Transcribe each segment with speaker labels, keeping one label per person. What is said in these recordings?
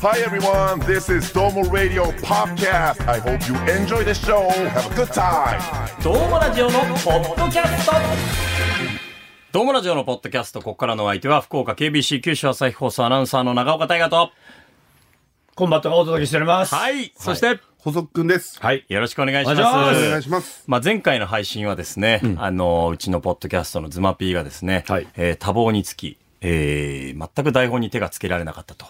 Speaker 1: Hi everyone, this is Domo Radio Podcast. I hope you enjoy the show. Have a good time.
Speaker 2: どうもラジオのポッドキャストどうもラジオのポッドキャスト、ここからのお相手は、福岡 KBC 九州朝日放送アナウンサーの長岡大和と、
Speaker 3: コンバットがお届けしております。。
Speaker 2: はいい、そして、
Speaker 1: 細くんです。
Speaker 2: はい、よろしくお願いします。
Speaker 3: お願いし
Speaker 1: お願いします。
Speaker 2: まあ、前回の配信はですね、あの、うちのポッドキャストのズマピーがですね、
Speaker 3: はい
Speaker 2: えー多忙につき、えー全く台本に手がつけられなかったと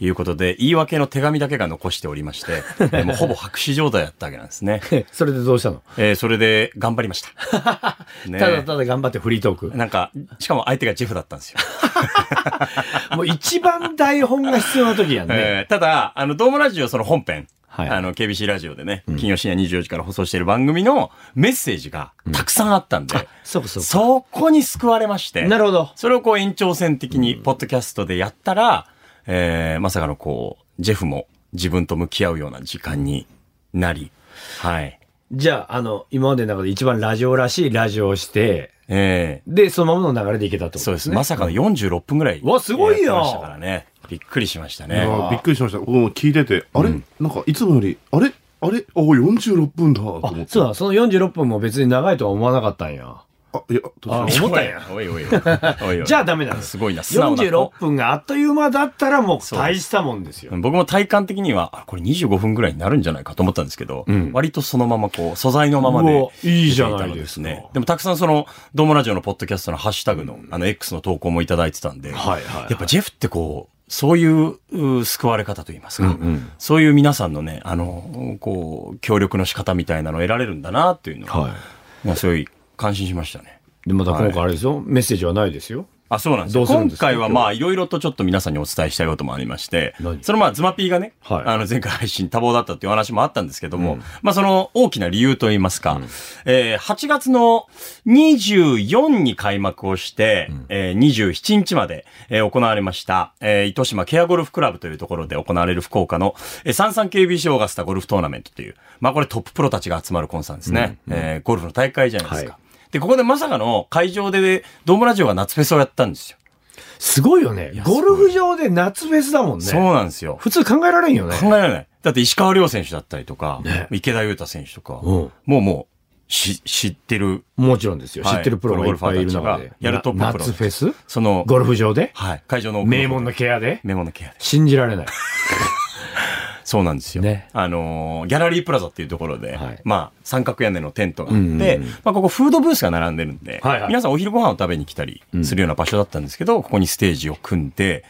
Speaker 2: いうことで、言い訳の手紙だけが残しておりま して、えーもうほぼ白紙状態だったわけなんですね。
Speaker 3: それでどうしたの、
Speaker 2: えーそれで頑張りました。 ね
Speaker 3: ただただ頑張ってフリートーク。
Speaker 2: なんか、しかも相手がジェフだったんですよ。
Speaker 3: もう一番台本が必要な時やんね。
Speaker 2: えーただ、あの、ドームラジオその本編、
Speaker 3: はい
Speaker 2: あの、KBC ラジオでね、金曜深夜24時から放送している番組のメッセージがたくさんあったんで、
Speaker 3: そうかそうか
Speaker 2: そこに救われまして、
Speaker 3: なるほど。
Speaker 2: それをこう延長線的に、ポッドキャストでやったら、えー、まさかのこう、ジェフも自分と向き合うような時間になり、はい。
Speaker 3: じゃあ、あの、今までの中で一番ラジオらしいラジオをして、
Speaker 2: えー
Speaker 3: で、そのままの流れでいけたってこと
Speaker 2: そう
Speaker 3: で
Speaker 2: ですす。
Speaker 3: ね。
Speaker 2: まさかの46分ぐらい。
Speaker 3: うわすごいよ
Speaker 2: やってましたからね。びっくりしましたね。
Speaker 4: あーびっくりしました。僕も聞いてて、あれ、なんかいつもより、あれあれあ、46分だと思って。
Speaker 3: そうだ、その46分も別に長いとは思わなかったんや。
Speaker 4: あ、いや、途
Speaker 3: あ
Speaker 4: 中
Speaker 3: 思ったんや。
Speaker 2: おいおいおい。おいおい
Speaker 3: じゃあダメなんです。
Speaker 2: すごいな、素直な。
Speaker 3: 46分があっという間だったらもう大したもんですよ。
Speaker 2: 僕も体感的には、あこれ25分ぐらいになるんじゃないかと思ったんですけど、
Speaker 3: ん
Speaker 2: 割とそのままこう、素材のまま
Speaker 3: う
Speaker 2: で
Speaker 3: わ。いいじゃ
Speaker 2: 出て
Speaker 3: ない
Speaker 2: たの
Speaker 3: ですか
Speaker 2: ね。でもたくさんその、ドームラジオのポッドキャストのハッシュタグの、あの、X の投稿もいただいてたんで、
Speaker 3: はいはい
Speaker 2: やっぱジェフってこう、そういうう救われ方といいますか、そういう皆さんのね、あの、こう、協力の仕方みたいなのを得られるんだなっていうのは、なんかすごい感心しましたね。
Speaker 3: で、また今回あれですよ、メッセージはないですよ。
Speaker 2: あ、そうなんですよ
Speaker 3: どうするん
Speaker 2: 今
Speaker 3: ですか
Speaker 2: 回はまあ、いろいろとちょっと皆さんにお伝えしたいこともありまして
Speaker 3: 何、
Speaker 2: そのまあ、ズマピーがね、
Speaker 3: はい
Speaker 2: あの、前回配信多忙だったっていう話もあったんですけども、まあ、その大きな理由といいますか、えー8月の24に開幕をして、えー27日まで、えー行われました、えー糸島ケアゴルフクラブというところで行われる福岡の、えー、33KBC オーガスタゴルフトーナメントという、まあ、これトッププロたちが集まるコンサートですね。えーゴルフの大会じゃないですか。
Speaker 3: は
Speaker 2: で、ここでまさかの会場で、ドームラジオが夏フェスをやったんですよ。
Speaker 3: すごいよね。ゴルフ場で夏フェスだもんね。
Speaker 2: そうなんですよ。
Speaker 3: 普通考えられんよね。
Speaker 2: 考えられない。だって石川遼選手だったりとか、
Speaker 3: ね
Speaker 2: 池田勇太選手とか、
Speaker 3: うん
Speaker 2: もうもう、し、知ってる、
Speaker 3: もちろんですよ。
Speaker 2: はい
Speaker 3: 知ってるプロがいっぱいいる中で。
Speaker 2: やるトッププロ
Speaker 3: 夏フェス
Speaker 2: その、
Speaker 3: ゴルフ場で
Speaker 2: はい、会場の奥
Speaker 3: 名門のケアで
Speaker 2: 名門のケアで。
Speaker 3: 信じ られない。
Speaker 2: そうなんですよ。
Speaker 3: ね
Speaker 2: あのーギャラリープラザっていうところで、
Speaker 3: はい
Speaker 2: まあ、三角屋根のテントがあって、
Speaker 3: うんうんうん
Speaker 2: まあ、ここフードブースが並んでるんで、
Speaker 3: はいはい
Speaker 2: 皆さんお昼ご飯を食べに来たりするような場所だったんですけど、ここにステージを組んで、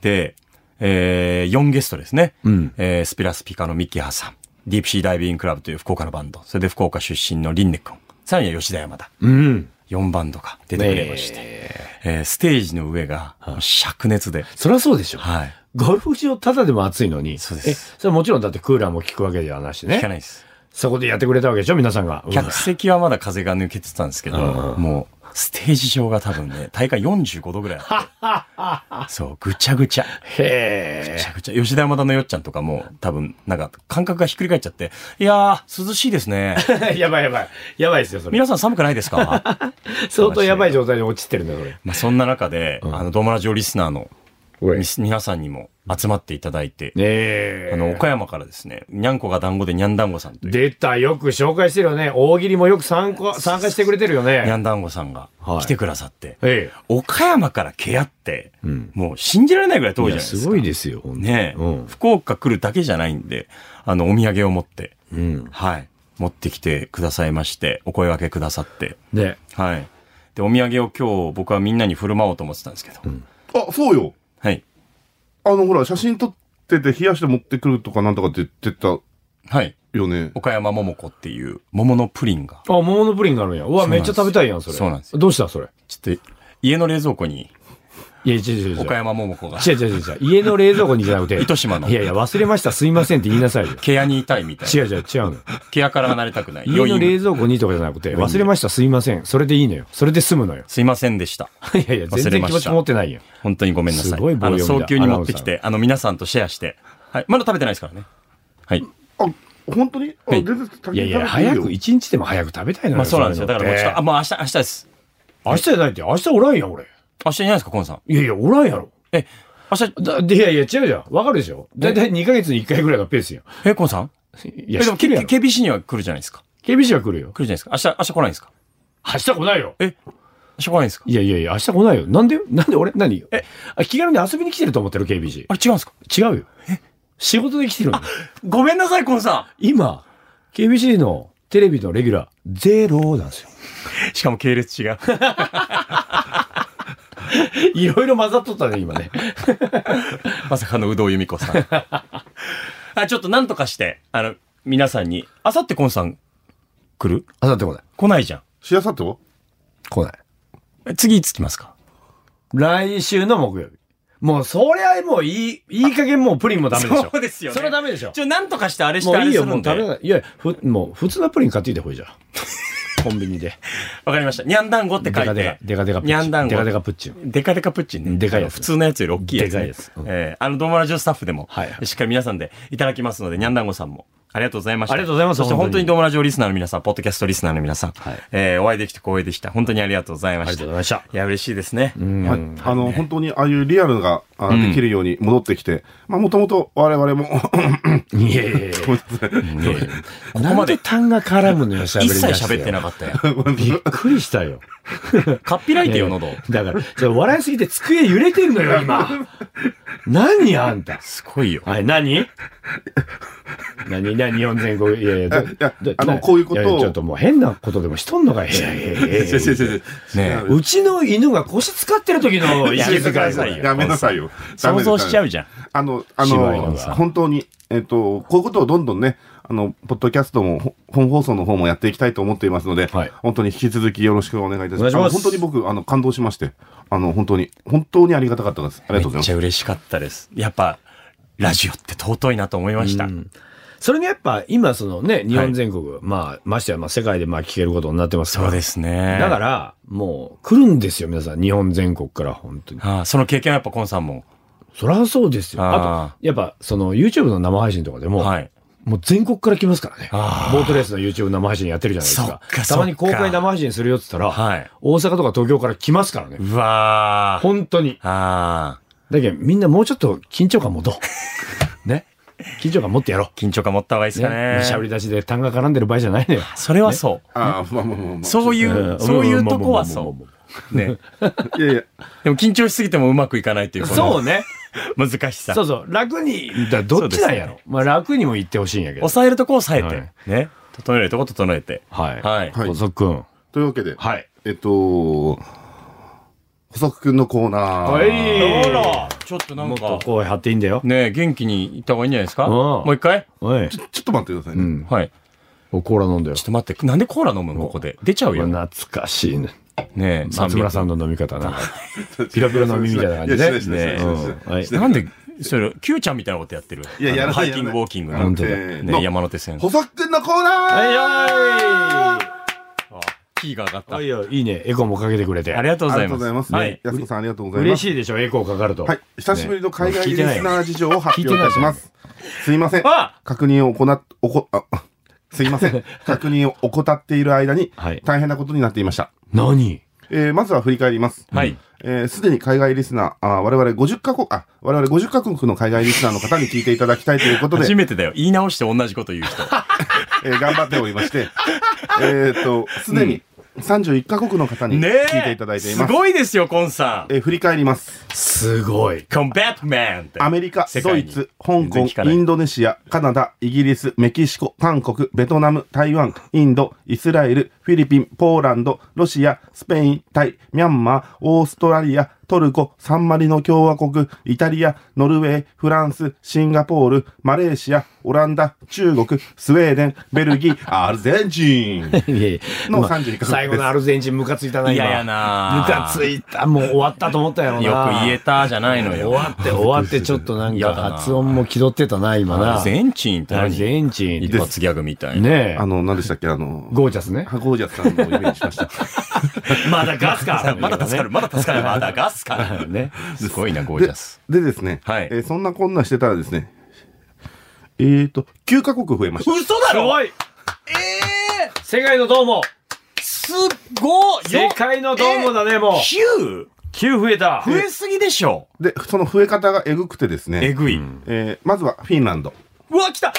Speaker 2: で、えー、4ゲストですね。
Speaker 3: ん
Speaker 2: えースピラスピカのミキハさん、ディープシーダイビングクラブという福岡のバンド、それで福岡出身のリンネ君、さらには吉田山田、
Speaker 3: うん。
Speaker 2: 4バンドが出てくれまして、
Speaker 3: えー
Speaker 2: えーステージの上が、灼熱で、
Speaker 3: そりゃそうでしょ。
Speaker 2: はい、
Speaker 3: ゴルフ場ただでも暑いのに。
Speaker 2: そうです
Speaker 3: え、それはもちろんだってクーラーも効くわけではなし
Speaker 2: 聞か
Speaker 3: ね。
Speaker 2: ないです。
Speaker 3: そこでやってくれたわけでしょ、皆さんが。うわ
Speaker 2: 客席はまだ風が抜けてたんですけど、
Speaker 3: うん
Speaker 2: もう、ステージ上が多分ね、体感45度ぐらいあ って。そう、ぐちゃぐちゃ。
Speaker 3: へ
Speaker 2: ぐ
Speaker 3: え
Speaker 2: ち。ゃぐちゃ。吉田山田のよっちゃんとかも、多分、なんか、感覚がひっくり返っちゃって、いやー、涼しいです ね。
Speaker 3: やばいやばい。やばいですよ、それ。
Speaker 2: 皆さん寒くないです か
Speaker 3: 相当やばい状態で落ちてるんだ、それ。
Speaker 2: まあそんな中で、あの、ドームラジオリスナーの
Speaker 3: おい
Speaker 2: み皆さんにも集まっていただいて、
Speaker 3: ねえ。
Speaker 2: あの、岡山からですね、にゃんこが団子でにゃん団子さんという、
Speaker 3: 出た、よく紹介してるよね。大喜利もよく参加、参加してくれてるよ
Speaker 2: にゃ
Speaker 3: ね。
Speaker 2: ん団子さんが
Speaker 3: はい
Speaker 2: 来てくださって、
Speaker 3: え
Speaker 2: 岡山からケアって、
Speaker 3: ん
Speaker 2: もう信じられないぐらい
Speaker 3: え。
Speaker 2: 遠いじゃないですか。
Speaker 3: すごいですよ、ほんと
Speaker 2: ねえ、
Speaker 3: うん。
Speaker 2: 福岡来るだけじゃないんで、あの、お土産を持って、
Speaker 3: うん。
Speaker 2: はい、持ってきてくださいまして、お声掛けくださって、
Speaker 3: ね。
Speaker 2: はい。で、お土産を今日僕はみんなに振る舞おうと思ってたんですけど、
Speaker 4: あ、そうよ。
Speaker 2: はい。
Speaker 4: あの、ほら、写真撮ってて、冷やして持ってくるとかなんとかって言ってた
Speaker 2: はい。
Speaker 4: よね。
Speaker 2: 岡山桃子っていう桃のプリンが、
Speaker 3: あ、桃のプリンがあるんや。うわ、
Speaker 2: うな
Speaker 3: め
Speaker 2: ん
Speaker 3: っ
Speaker 2: です
Speaker 3: ちゃ食べたいやん、それ。
Speaker 2: そうなんですよ
Speaker 3: どうしたそれ。
Speaker 2: ちょっと家の冷蔵庫に
Speaker 3: いや、違う違う違う。
Speaker 2: 岡山桃子が、
Speaker 3: 違う違う違う違う。家の冷蔵庫にじゃなくて。
Speaker 2: 糸島の
Speaker 3: いやいや、忘れました。すいませんって言いなさいよ。
Speaker 2: ケアにいたいみたい
Speaker 3: 違
Speaker 2: な。
Speaker 3: う違う違うの。
Speaker 2: ケアから離れたくない。
Speaker 3: 家の冷
Speaker 2: 余韻
Speaker 3: 蔵庫にとかじゃなくて、忘れました。すいません。それでいいのよ。それで済むのよ。
Speaker 2: すいませんでした。
Speaker 3: いやいや、全
Speaker 2: 忘れ
Speaker 3: 然
Speaker 2: まし
Speaker 3: 気
Speaker 2: た
Speaker 3: 持ちこもってないよ。
Speaker 2: 本当にごめんなさい。
Speaker 3: すごい棒
Speaker 2: あの、
Speaker 3: 読みだ
Speaker 2: 早急に持ってきて、あの、皆さんとシェアして。はい。まだ食べてないですからね。はい。
Speaker 4: あ、本当にあ、
Speaker 2: はい
Speaker 4: 全然先
Speaker 3: いやいや、
Speaker 4: 食べていい
Speaker 3: 早
Speaker 4: よ
Speaker 3: く、一日でも早く食べたいのよ。
Speaker 2: まあそうなんですよ。だからもうちょっと、あ、
Speaker 3: あ、
Speaker 2: もう明日、明日です。
Speaker 3: 明日じゃないって、明日おらんやん、俺。
Speaker 2: 明日いないですか、コンさん。
Speaker 3: いやいや、おらんやろ。
Speaker 2: え、明日、
Speaker 3: だでいやいや、違うじゃん。わかるでしょだいたい2ヶ月に1回ぐらいのペースよ。
Speaker 2: え、コンさん
Speaker 3: い
Speaker 2: え、
Speaker 3: や、
Speaker 2: で
Speaker 3: 知っ
Speaker 2: も、
Speaker 3: て
Speaker 2: け
Speaker 3: るやろ。
Speaker 2: KBC には来るじゃないですか。
Speaker 3: KBC は来るよ。
Speaker 2: 来るじゃないですか。明日、明日来ないんですか
Speaker 3: 明日来ないよ。
Speaker 2: え明日来ないんですか
Speaker 3: いやいやいや、明日来ないよ。なんでなんで俺何え、あ気軽に遊びに来てると思ってる ?KBC。
Speaker 2: あれ違うんですか
Speaker 3: 違うよ。仕事で来てるんだよ
Speaker 2: ごめんなさい、コンさ
Speaker 3: 今、KBC のテレビのレギュラー、ゼロなんですよ。
Speaker 2: ん。 しかも系列違う。
Speaker 3: いろいろ混ざっとったね、今ね。
Speaker 2: まさかの有働由美子さ ん。あ、ちょっとなんとかして、あの、皆さんに、あさってコンさん来る
Speaker 3: あさって来ない。
Speaker 2: 来ないじゃん
Speaker 4: しあさっては
Speaker 3: 来ない。
Speaker 2: え。次いつ来ますか
Speaker 3: 来週の木曜日。もう、そりゃもういい、いい加減もうプリンもダメでしょ。
Speaker 2: そうですよね
Speaker 3: それはダメでしょ。
Speaker 2: ちょ、なんとかしてあれし
Speaker 3: も
Speaker 2: て
Speaker 3: う
Speaker 2: あ
Speaker 3: い
Speaker 2: れ
Speaker 3: い
Speaker 2: す
Speaker 3: よ、
Speaker 2: る
Speaker 3: もうん
Speaker 2: で。
Speaker 3: 食べない。いや、ふもう普通のプリン買ってきてほいじゃん。 コンビニで。
Speaker 2: わかりました。ニャンダンゴって
Speaker 3: デ
Speaker 2: 書
Speaker 3: カ
Speaker 2: い
Speaker 3: デカ
Speaker 2: て。、
Speaker 3: デカデカプ
Speaker 2: ニャ
Speaker 3: ッチ
Speaker 2: ン
Speaker 3: ン。
Speaker 2: ダンゴ。
Speaker 3: デカデカプッチン。
Speaker 2: デカデカプッチンね。
Speaker 3: でかいやつ
Speaker 2: 普通のやつより大きいやつ、ね。
Speaker 3: でかいやつうん
Speaker 2: ええあの、ドームラジオスタッフでも、
Speaker 3: はいはい
Speaker 2: しっかり皆さんでいただきますので、にゃんだんごさんも。ありがとうございました。
Speaker 3: ありがとうございます
Speaker 2: そして本
Speaker 3: 本当に
Speaker 2: 当にドームラジオリスナーの皆さん、ポッドキャストリスナーの皆さん、
Speaker 3: はい
Speaker 2: ええお会いできて光栄でした。本当にありがとうございま
Speaker 3: ありが
Speaker 2: し
Speaker 3: と
Speaker 2: た。
Speaker 3: うございました。
Speaker 2: いや、嬉しいですね。
Speaker 4: はい、あの、本当にああいうリアルがあできるように戻ってきて、まあもともと我々も、
Speaker 3: いやいやいや。ここまで単が絡むのよ、喋り
Speaker 2: 一
Speaker 3: 出して
Speaker 2: 切喋ってなかったよ。
Speaker 3: びっくりしたよ。
Speaker 2: かっぴらいてよ、喉。
Speaker 3: だから、ちょ笑いすぎて机揺れてるのよ、今。 何あんた。
Speaker 2: すごいよ。
Speaker 3: はい、何何何4005いやいやど
Speaker 4: いや
Speaker 3: ど
Speaker 4: あの
Speaker 3: な
Speaker 4: こういうことを
Speaker 3: ややちょっともう変なことでもしとんのかいいやいやいや いやい
Speaker 2: ね
Speaker 3: やうちの犬が腰使ってる時の息遣いだよ
Speaker 4: やめなさいよ。
Speaker 2: 想像しちゃうじゃん。
Speaker 4: あの、あ
Speaker 3: 芝居の
Speaker 4: の、
Speaker 3: さ
Speaker 4: 本当に、えっと、こういうことをどんどんね、あの、ポッドキャストも、ほ本放送の方もやっていきたいと思っていますので、
Speaker 3: はい
Speaker 4: 本当に引き続きよろしくお願いいたし
Speaker 3: お願
Speaker 4: ま
Speaker 3: い
Speaker 4: す。
Speaker 3: します
Speaker 4: あの本当に僕、あの、感動しまして、あの、本当に、本当にありがたかったです。ありがとうご
Speaker 2: めっ
Speaker 4: ざ
Speaker 2: ち
Speaker 4: い
Speaker 2: ゃ嬉しかったです。やっぱ、ラジオって尊いなと思いました。
Speaker 3: それにやっぱ今そのね日本全国、まあましてやまあ世界でまあ聞けることになってますか
Speaker 2: そう
Speaker 3: ら
Speaker 2: ですね。
Speaker 3: だからもう来るんですよ皆さん日本全国から本当に
Speaker 2: ああその経験はやっぱコンさんも。
Speaker 3: そりゃそうですよ
Speaker 2: あー
Speaker 3: あとやっぱその YouTube の生配信とかでも、
Speaker 2: はい。
Speaker 3: もう全国から来ますからね。
Speaker 2: あー
Speaker 3: ボートレースの YouTube 生配信やってるじゃないですか。
Speaker 2: そっか
Speaker 3: たまに公
Speaker 2: そっ
Speaker 3: 開
Speaker 2: か
Speaker 3: 生配信するよって言ったら、
Speaker 2: はい
Speaker 3: 大阪とか東京から来ますからね。
Speaker 2: うわー
Speaker 3: 本当に。
Speaker 2: あー
Speaker 3: だけどみんなもうちょっと緊張感持と う。ね。緊張感持ってやろ
Speaker 2: 緊張感持った方がいいです
Speaker 3: う。
Speaker 2: かね。
Speaker 3: ね。しゃべり出しで単が絡んでる場合じゃないのよ。
Speaker 2: それはそ
Speaker 4: ます。ああ、まあまあまあま
Speaker 2: う。
Speaker 4: あ。
Speaker 2: そうい
Speaker 3: う
Speaker 2: う、
Speaker 3: ん
Speaker 2: そういうとこは
Speaker 3: もう
Speaker 2: そ
Speaker 3: もうもうもうもう
Speaker 2: う。ね。
Speaker 4: いやいや、
Speaker 2: でも緊張しすぎてもうまくいかないっていう、こ
Speaker 3: そう
Speaker 2: の
Speaker 3: ね。
Speaker 2: 難しさ
Speaker 3: そ。うそう。楽に、だどっちなんやろ。まあ楽にも言ってほしいんやけど。
Speaker 2: 抑えるとこを抑えて、
Speaker 3: はい
Speaker 2: ね。整えるとこ整えて。
Speaker 3: はい。
Speaker 2: はい。
Speaker 4: はい
Speaker 3: 小曽くん。
Speaker 4: というわけで、
Speaker 3: はい。
Speaker 4: えっと、補足くんのコーナー。
Speaker 3: はい。
Speaker 2: ちょっとな
Speaker 3: も
Speaker 2: ん
Speaker 3: っと
Speaker 2: か、
Speaker 3: 声張っていいんだよ。
Speaker 2: ねえ元気にいった方がいいんじゃないですか
Speaker 3: うん
Speaker 2: もう一回
Speaker 3: おい。
Speaker 4: ちょっと待ってくださいね。
Speaker 3: うん。
Speaker 2: はい。
Speaker 3: おコーラ飲んだよ
Speaker 2: ちょっ。と待って、なんでコーラ飲むのここで。出ちゃうよ。ね
Speaker 3: 懐かしいね。
Speaker 2: え、
Speaker 3: 松村さんの飲み方な。ピロピロの耳みたいな感じ
Speaker 4: いや
Speaker 3: ね
Speaker 4: しないしない
Speaker 2: ね
Speaker 4: しないしない
Speaker 3: うんはい
Speaker 2: 300。なんで、それ、キューちゃんみたいなことやってる。
Speaker 4: いややらない
Speaker 2: ハイキングウォーキング
Speaker 4: やら
Speaker 2: の。
Speaker 4: ない
Speaker 2: ね
Speaker 4: せーの
Speaker 2: 山手線。
Speaker 4: 補足くんのコーナー
Speaker 2: キーが上がっ
Speaker 3: は
Speaker 2: た
Speaker 3: い。よいいね。エコーもかけてくれて。
Speaker 2: ありがとうご
Speaker 4: ありが
Speaker 2: ざい
Speaker 4: とうござ
Speaker 2: ま
Speaker 4: い
Speaker 2: す。
Speaker 4: ます。
Speaker 2: は
Speaker 4: ね
Speaker 2: い。。
Speaker 4: 安子さんありがとうございます
Speaker 3: 嬉。しいでしょ、エコーかかると。
Speaker 4: はい。久しぶりの海外リス
Speaker 3: ね聞いてない
Speaker 4: ナー事情を発表いたします。すいません。
Speaker 3: あ
Speaker 4: 確認を行っ、おこ、あ、すいませ ん。確認を怠っている間に
Speaker 3: はい、
Speaker 4: 大変なことになっていました。
Speaker 3: 何
Speaker 4: えーまずは振り返ります。
Speaker 2: はい。
Speaker 4: えーすでに海外リスナー、あー我々50カ国、あ、我々50カ国の海外リスナーの方に聞いていただきたいということで
Speaker 2: 初、めてだよ。言い直して同じこと言う人。
Speaker 4: えー頑張っておりま して、えっと、すでに31カ国の方に聞
Speaker 2: ね
Speaker 4: い
Speaker 2: え。
Speaker 4: ていただいていますす。
Speaker 2: ごいですよ、コンさん。
Speaker 4: えー振り返ります。
Speaker 3: すごい。
Speaker 2: コンバットマンって。
Speaker 4: アメリカ
Speaker 2: 世、
Speaker 4: ド
Speaker 2: 界
Speaker 4: イ
Speaker 2: に
Speaker 4: ツ、香
Speaker 2: 全然聞か
Speaker 4: 港、
Speaker 2: ない
Speaker 4: インドネシア、カナダ、イギリス、メキシコ、韓国、ベトナム、台湾、インド、イスラエル、フィリピン、ポーランド、ロシア、スペイン、タイ、ミャンマー、オーストラリア、トルコ、サンマリノ共和国、イタリア、ノルウェー、フランス、シンガポール、マレーシア、オランダ、中国、スウェーデン、ベル ギー、アルゼンチン。
Speaker 3: いやいや
Speaker 4: の
Speaker 3: まあ
Speaker 4: 32
Speaker 3: 最後のアルゼンチンムカついたな、今。
Speaker 2: 嫌やな
Speaker 3: ムカついた。もう終わったと思ったやろな。
Speaker 2: よく言えたじゃないの
Speaker 3: 終
Speaker 2: よ。
Speaker 3: わって、終わって、ちょっとなん
Speaker 2: 嫌
Speaker 3: か
Speaker 2: だな
Speaker 3: 発音も気取ってたな、今な。
Speaker 2: アルゼンチンって
Speaker 3: アル
Speaker 2: 何
Speaker 3: ゼンチ
Speaker 2: 一
Speaker 3: ン。
Speaker 2: 発ギャグみたいな。
Speaker 3: ねえ
Speaker 4: あ。の、何でしたっけあの、
Speaker 3: ゴージャスね。
Speaker 4: ハゴージャスさんのイメージしま した。
Speaker 3: まだガス か
Speaker 2: まだ助かる、 まだ助かる、まだガスか。
Speaker 3: ね。
Speaker 2: すごいな、ゴージ
Speaker 4: で
Speaker 2: ャス。
Speaker 4: でですね、
Speaker 2: はい
Speaker 4: えーそんなこんなしてたらですね、えーと、9カ国増えました。
Speaker 2: 嘘だ
Speaker 3: すごい
Speaker 2: ええ
Speaker 3: 世界のどうも
Speaker 2: すっごい
Speaker 3: 世界のドームだね、もう。
Speaker 2: 9!
Speaker 3: 急増えた。
Speaker 2: 増えすぎでしょ
Speaker 4: で、その増え方がえぐくてです
Speaker 2: え
Speaker 4: ね、
Speaker 2: ぐい。
Speaker 4: えーまずはフィンランド。
Speaker 2: うわ、来た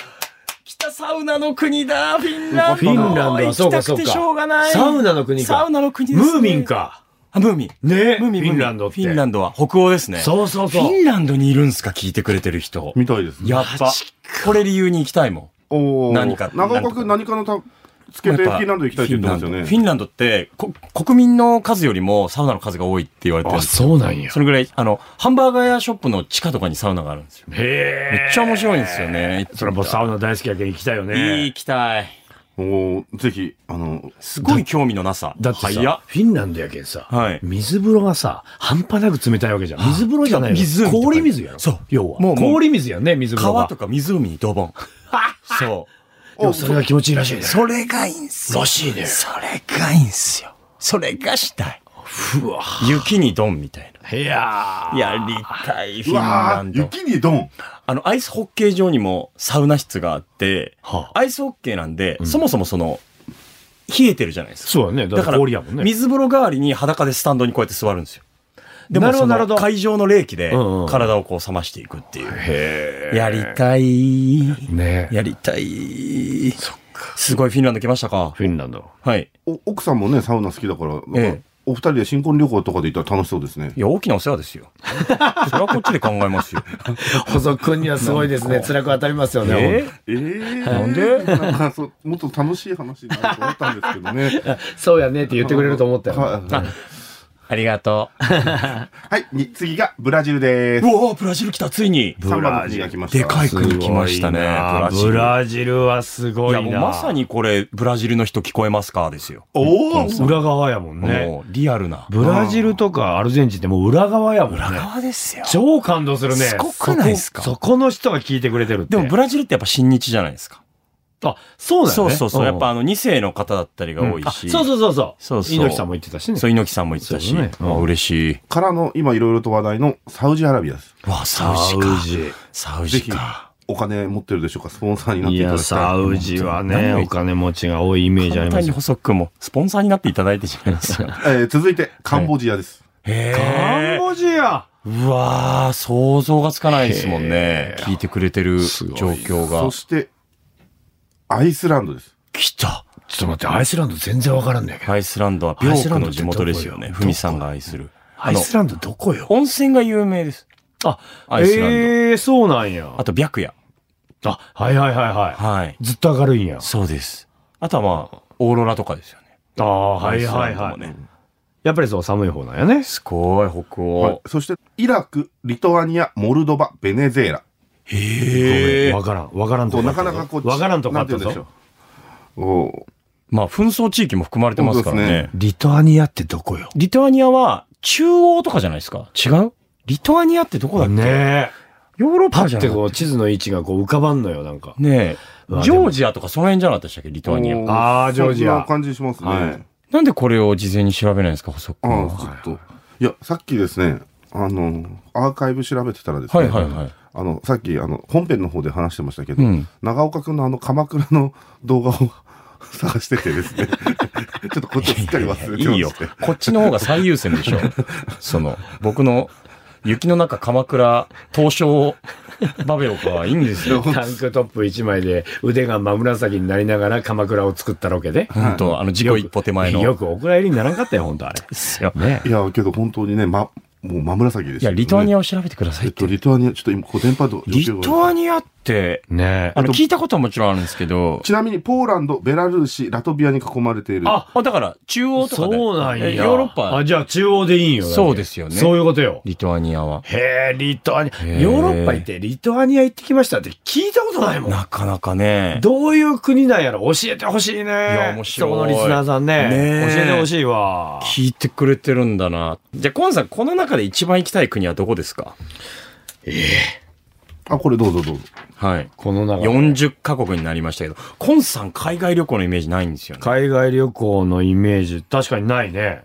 Speaker 2: 来たサウナの国だフィンランド
Speaker 3: フィンランドはそうかそう
Speaker 2: 行きた
Speaker 3: か
Speaker 2: くてしょうがない。
Speaker 3: サウナの国か
Speaker 2: サウナの国です、ね。
Speaker 3: ムーミン。か。
Speaker 2: あ、ムーミン。
Speaker 3: ね
Speaker 2: ムーミン。
Speaker 3: フィンランドっ
Speaker 2: フ
Speaker 3: て
Speaker 2: ィンランドは北欧ですね。
Speaker 3: そうそう
Speaker 2: フ
Speaker 3: そう。
Speaker 2: ィンランドにいるんすか聞いてくれてる人。
Speaker 4: みたいですね。
Speaker 2: やっぱ。これ理由に行きたいもん。
Speaker 4: おー
Speaker 2: 何か
Speaker 4: 長岡君何かのたつけてフィンランド行きたいって言ってますよね。
Speaker 2: フィンランドって、こ国民の数よりもサウナの数が多いって言われてるん
Speaker 3: あ、
Speaker 2: です
Speaker 3: そうなんや。
Speaker 2: それぐらい、あの、ハンバーガー屋ショップの地下とかにサウナがあるんですよ。
Speaker 3: へえ。
Speaker 2: めっちゃ面白いんですよね。
Speaker 3: それもうサウナ大好きやけん行きたいよ
Speaker 2: いい、
Speaker 3: ね
Speaker 2: 行。きたい。
Speaker 4: おーぜひ、あの、
Speaker 2: すごい興味のなさ。
Speaker 3: だって
Speaker 2: 早っ
Speaker 3: さ、フィンランドやけんさ、
Speaker 2: はい
Speaker 3: 水風呂がさ、半端なく冷たいわけじゃん。水風呂じゃないよ。
Speaker 2: 水みたいな
Speaker 3: 氷水やろ。
Speaker 2: そう
Speaker 3: 要は。
Speaker 2: もうもう
Speaker 3: 氷水やんね、水風呂が。
Speaker 2: 川とか湖にドボ ン。そ
Speaker 3: でもそれが気持ちいいらしいね
Speaker 2: う。。それがいいんすよ。
Speaker 3: らしいね
Speaker 2: それがいいんすよ。それがしたい。
Speaker 3: ふわ。
Speaker 2: 雪にドンみたいな。
Speaker 3: いやー。
Speaker 2: やりたい、フィ
Speaker 4: う
Speaker 2: ンラ
Speaker 4: わ
Speaker 2: ン
Speaker 4: ー
Speaker 2: ド。
Speaker 4: 雪にドン
Speaker 2: あの、アイスホッケー場にもサウナ室があって、
Speaker 3: は
Speaker 2: アイスホッケーなんで、そもそもその、冷えてるじゃないですか。
Speaker 3: そうやね。だ
Speaker 2: だ
Speaker 3: か
Speaker 2: からら、
Speaker 3: 氷やもんね。
Speaker 2: 水風呂代わりに裸でスタンドにこうやって座るんですよ。で
Speaker 3: な
Speaker 2: も
Speaker 3: るほど
Speaker 2: そ
Speaker 3: なるほど
Speaker 2: の会場の冷気で
Speaker 3: うんうん
Speaker 2: 体をこう冷ましていくっていう。
Speaker 3: へ
Speaker 2: やりたい。
Speaker 3: ー。ね
Speaker 2: やりたい。そっか。すごいフィンランド来ましたか。
Speaker 3: フィンランド。
Speaker 2: はい。
Speaker 4: お奥さんもね、サウナ好きだから、なんか
Speaker 2: ええ
Speaker 4: お二人で新婚旅行とかで行ったら楽しそうですね
Speaker 2: い。や、大きなお世話です よ。それはこっちで考えますよ。
Speaker 3: 細くんにはすごいですね。辛く当たりますよ
Speaker 2: え
Speaker 4: ええなんでなんかそう、もっと楽しい話になると思ったんですけどね。
Speaker 3: そうやねって言ってくれると思ったよ。
Speaker 4: はいはい
Speaker 2: ありがと
Speaker 4: はい、に次がブラジルです
Speaker 2: う。。うわーブラジル来た、ついに。
Speaker 4: サウナの国が来ました。
Speaker 2: でかい国来ましたね、ブラジ
Speaker 3: ブ
Speaker 2: ル。
Speaker 3: ラジルはすご
Speaker 2: い
Speaker 3: い
Speaker 2: や、
Speaker 3: な。
Speaker 2: もうまさにこれ、ブラジルの人聞こえますかですよ。
Speaker 4: おお
Speaker 3: 裏側やもんね。
Speaker 2: もう、リアルな。
Speaker 3: ブラジルとかアルゼンチンってもう裏側やもんね。
Speaker 2: ですよ
Speaker 3: 超感動するね。
Speaker 2: すごくないっすか
Speaker 3: そこそこの人が聞いてくれてるって。
Speaker 2: でも、ブラジルってやっぱ親日じゃないですか。
Speaker 3: あ、そうだよ
Speaker 2: そう
Speaker 3: ね。
Speaker 2: そうそう。やっぱ
Speaker 3: ん、
Speaker 2: あの、2世の方だったりが多い
Speaker 3: あ
Speaker 2: し。
Speaker 3: そうそうそうそう。
Speaker 2: そうそう
Speaker 3: 猪木さんも言ってたしね。
Speaker 2: そう、猪木さんも言ってたし。
Speaker 3: そうだねうん
Speaker 2: あ嬉しい。
Speaker 4: からの、今いろいろと話題のサウジアラビアです。
Speaker 2: わ、サウジか。サウ
Speaker 4: ぜ
Speaker 2: ジ
Speaker 4: ひ
Speaker 2: か。、
Speaker 4: お金持ってるでしょうか、スポンサーになって
Speaker 3: い
Speaker 4: いただ
Speaker 3: や、
Speaker 4: きた
Speaker 3: サ
Speaker 4: い。
Speaker 3: ウジはね、
Speaker 2: 何を
Speaker 3: お金持ちが多いイメージあ
Speaker 2: 簡
Speaker 3: りま
Speaker 2: 単
Speaker 3: す
Speaker 2: に
Speaker 3: よ。
Speaker 2: 細くんも、スポンサーになっていただいてじゃないですか。
Speaker 4: えー続いて、カンボジアです。
Speaker 3: カンボジア
Speaker 2: うわー、想像がつかないですもんね。聞いてくれてる
Speaker 3: ごい
Speaker 2: 状況が
Speaker 4: そ。して、アイスランドです。
Speaker 2: 来た
Speaker 3: ちょっと待って、アイスランド全然わからんねんけど。
Speaker 2: アイスランドはビョークの地元ですよね。
Speaker 3: アイスランドってどこよ
Speaker 2: ふみさんが愛する。
Speaker 3: アイスランドどこよ
Speaker 2: 温泉が有名です。
Speaker 3: あ、
Speaker 2: アイスランド
Speaker 3: ええ、そうなんや。
Speaker 2: あと、白夜。
Speaker 3: あ、はいはいはいは
Speaker 2: はい。
Speaker 3: い。ずっと明るいんや。
Speaker 2: そうです。あとはまあ、オーロラとかですよね。
Speaker 3: ああ、はい
Speaker 2: ア
Speaker 3: は
Speaker 2: イスラン
Speaker 3: い
Speaker 2: ド
Speaker 3: は
Speaker 2: も
Speaker 3: い
Speaker 2: ね。
Speaker 3: やっぱりそう寒い方なんやね。
Speaker 2: すごい、北
Speaker 4: はい
Speaker 2: 欧。
Speaker 4: そして、イラク、リトアニア、モルドバ、ベネズエラ。
Speaker 2: へえ
Speaker 3: わ。からん、わからんと
Speaker 4: こ
Speaker 3: こ
Speaker 4: うなかなかこう、
Speaker 3: わからんとこあ
Speaker 4: な
Speaker 3: っ
Speaker 4: んて
Speaker 3: た
Speaker 4: 言うんでし
Speaker 3: ぞ
Speaker 4: ょ。う。お
Speaker 2: まあ、紛争地域も含まれてますから
Speaker 4: そうで
Speaker 2: ね
Speaker 4: す。
Speaker 3: リトアニアってどこよ
Speaker 2: リトアニアは中央とかじゃないですか違うリトアニアってどこだっけ、
Speaker 3: ねえ。
Speaker 2: ヨーロッ
Speaker 3: パ
Speaker 2: パ
Speaker 3: っ
Speaker 2: じゃ
Speaker 3: て
Speaker 2: ない
Speaker 3: こ
Speaker 2: う
Speaker 3: 地図の位置がこう浮かばんのよ、なんか。
Speaker 2: ね
Speaker 3: うわ
Speaker 2: え。ジョージアとかその辺じゃなかったでしたっけリトアニア。
Speaker 4: お
Speaker 3: あージョージア
Speaker 4: そんな感じしますね。
Speaker 2: なんでこれを事前に調べないんですか細く
Speaker 4: あ
Speaker 2: 君
Speaker 4: あ、
Speaker 2: は。
Speaker 4: ちょっと。いや、さっきですね、あの、アーカイブ調べてたらです
Speaker 2: は
Speaker 4: ね、
Speaker 2: いはいはい。
Speaker 4: あの、さっき、あの、本編の方で話してましたけど、
Speaker 2: うん
Speaker 4: 長岡くんのあの、鎌倉の動画を 探しててですね、 ちょっとこっちをすっかり忘れてま
Speaker 2: いいよ
Speaker 4: して。い。
Speaker 2: こっちの方が最優先でしょ。その、僕の雪の中鎌倉、東証、バベオカはいいんですよ。
Speaker 3: タンクトップ一枚で腕が真紫になりながら鎌倉を作ったロケで。
Speaker 2: 本当あの、事故一歩手前の。
Speaker 3: よくお蔵入りにならんかったよ、本当あれ。
Speaker 2: ですよ
Speaker 3: ね
Speaker 4: や、けど本当にね、ま、もう真紫で
Speaker 2: い
Speaker 4: す
Speaker 2: や、
Speaker 4: よね、
Speaker 2: リトアニ
Speaker 4: ア。
Speaker 2: アを調べてくださ
Speaker 4: え
Speaker 2: いっ
Speaker 4: っと、
Speaker 2: て。
Speaker 4: リトアニア、ちょっと今、こう電波と
Speaker 2: リトアニアって、
Speaker 3: え。ね
Speaker 2: あの、聞いたことはもちろんあるんですけど、
Speaker 4: ちなみに、ポーランド、ベラルーシ、ラトビアに囲まれている。
Speaker 2: あ、あだから、中央とかで。
Speaker 3: そうなんや。
Speaker 2: えヨーロッパ
Speaker 3: あ、、じゃあ中央でいいんよ。
Speaker 2: そうですよね
Speaker 3: そういうことよ。
Speaker 2: リトアニアは。
Speaker 3: へえ、リトアニア。
Speaker 2: へえ
Speaker 3: ヨーロッパ行ってリトアニア行ってきましたって聞いたことないもん。
Speaker 2: なかなかね。
Speaker 3: どういう国なんやろ教えてほしいね。い
Speaker 2: や面白い
Speaker 3: そこのリスナーさん
Speaker 2: ね
Speaker 3: ね。
Speaker 2: え
Speaker 3: 教えてほしいわ。
Speaker 2: 聞いてくれてるんだな。じゃあ、コンさん、この中で一番行きたい国はどこですか
Speaker 4: あこれどうぞどうぞ。
Speaker 2: はい。
Speaker 3: この中で
Speaker 2: 40カ国になりましたけど、コンさん海外旅行のイメージないんですよね。
Speaker 3: 海外旅行のイメージ、確かにないね。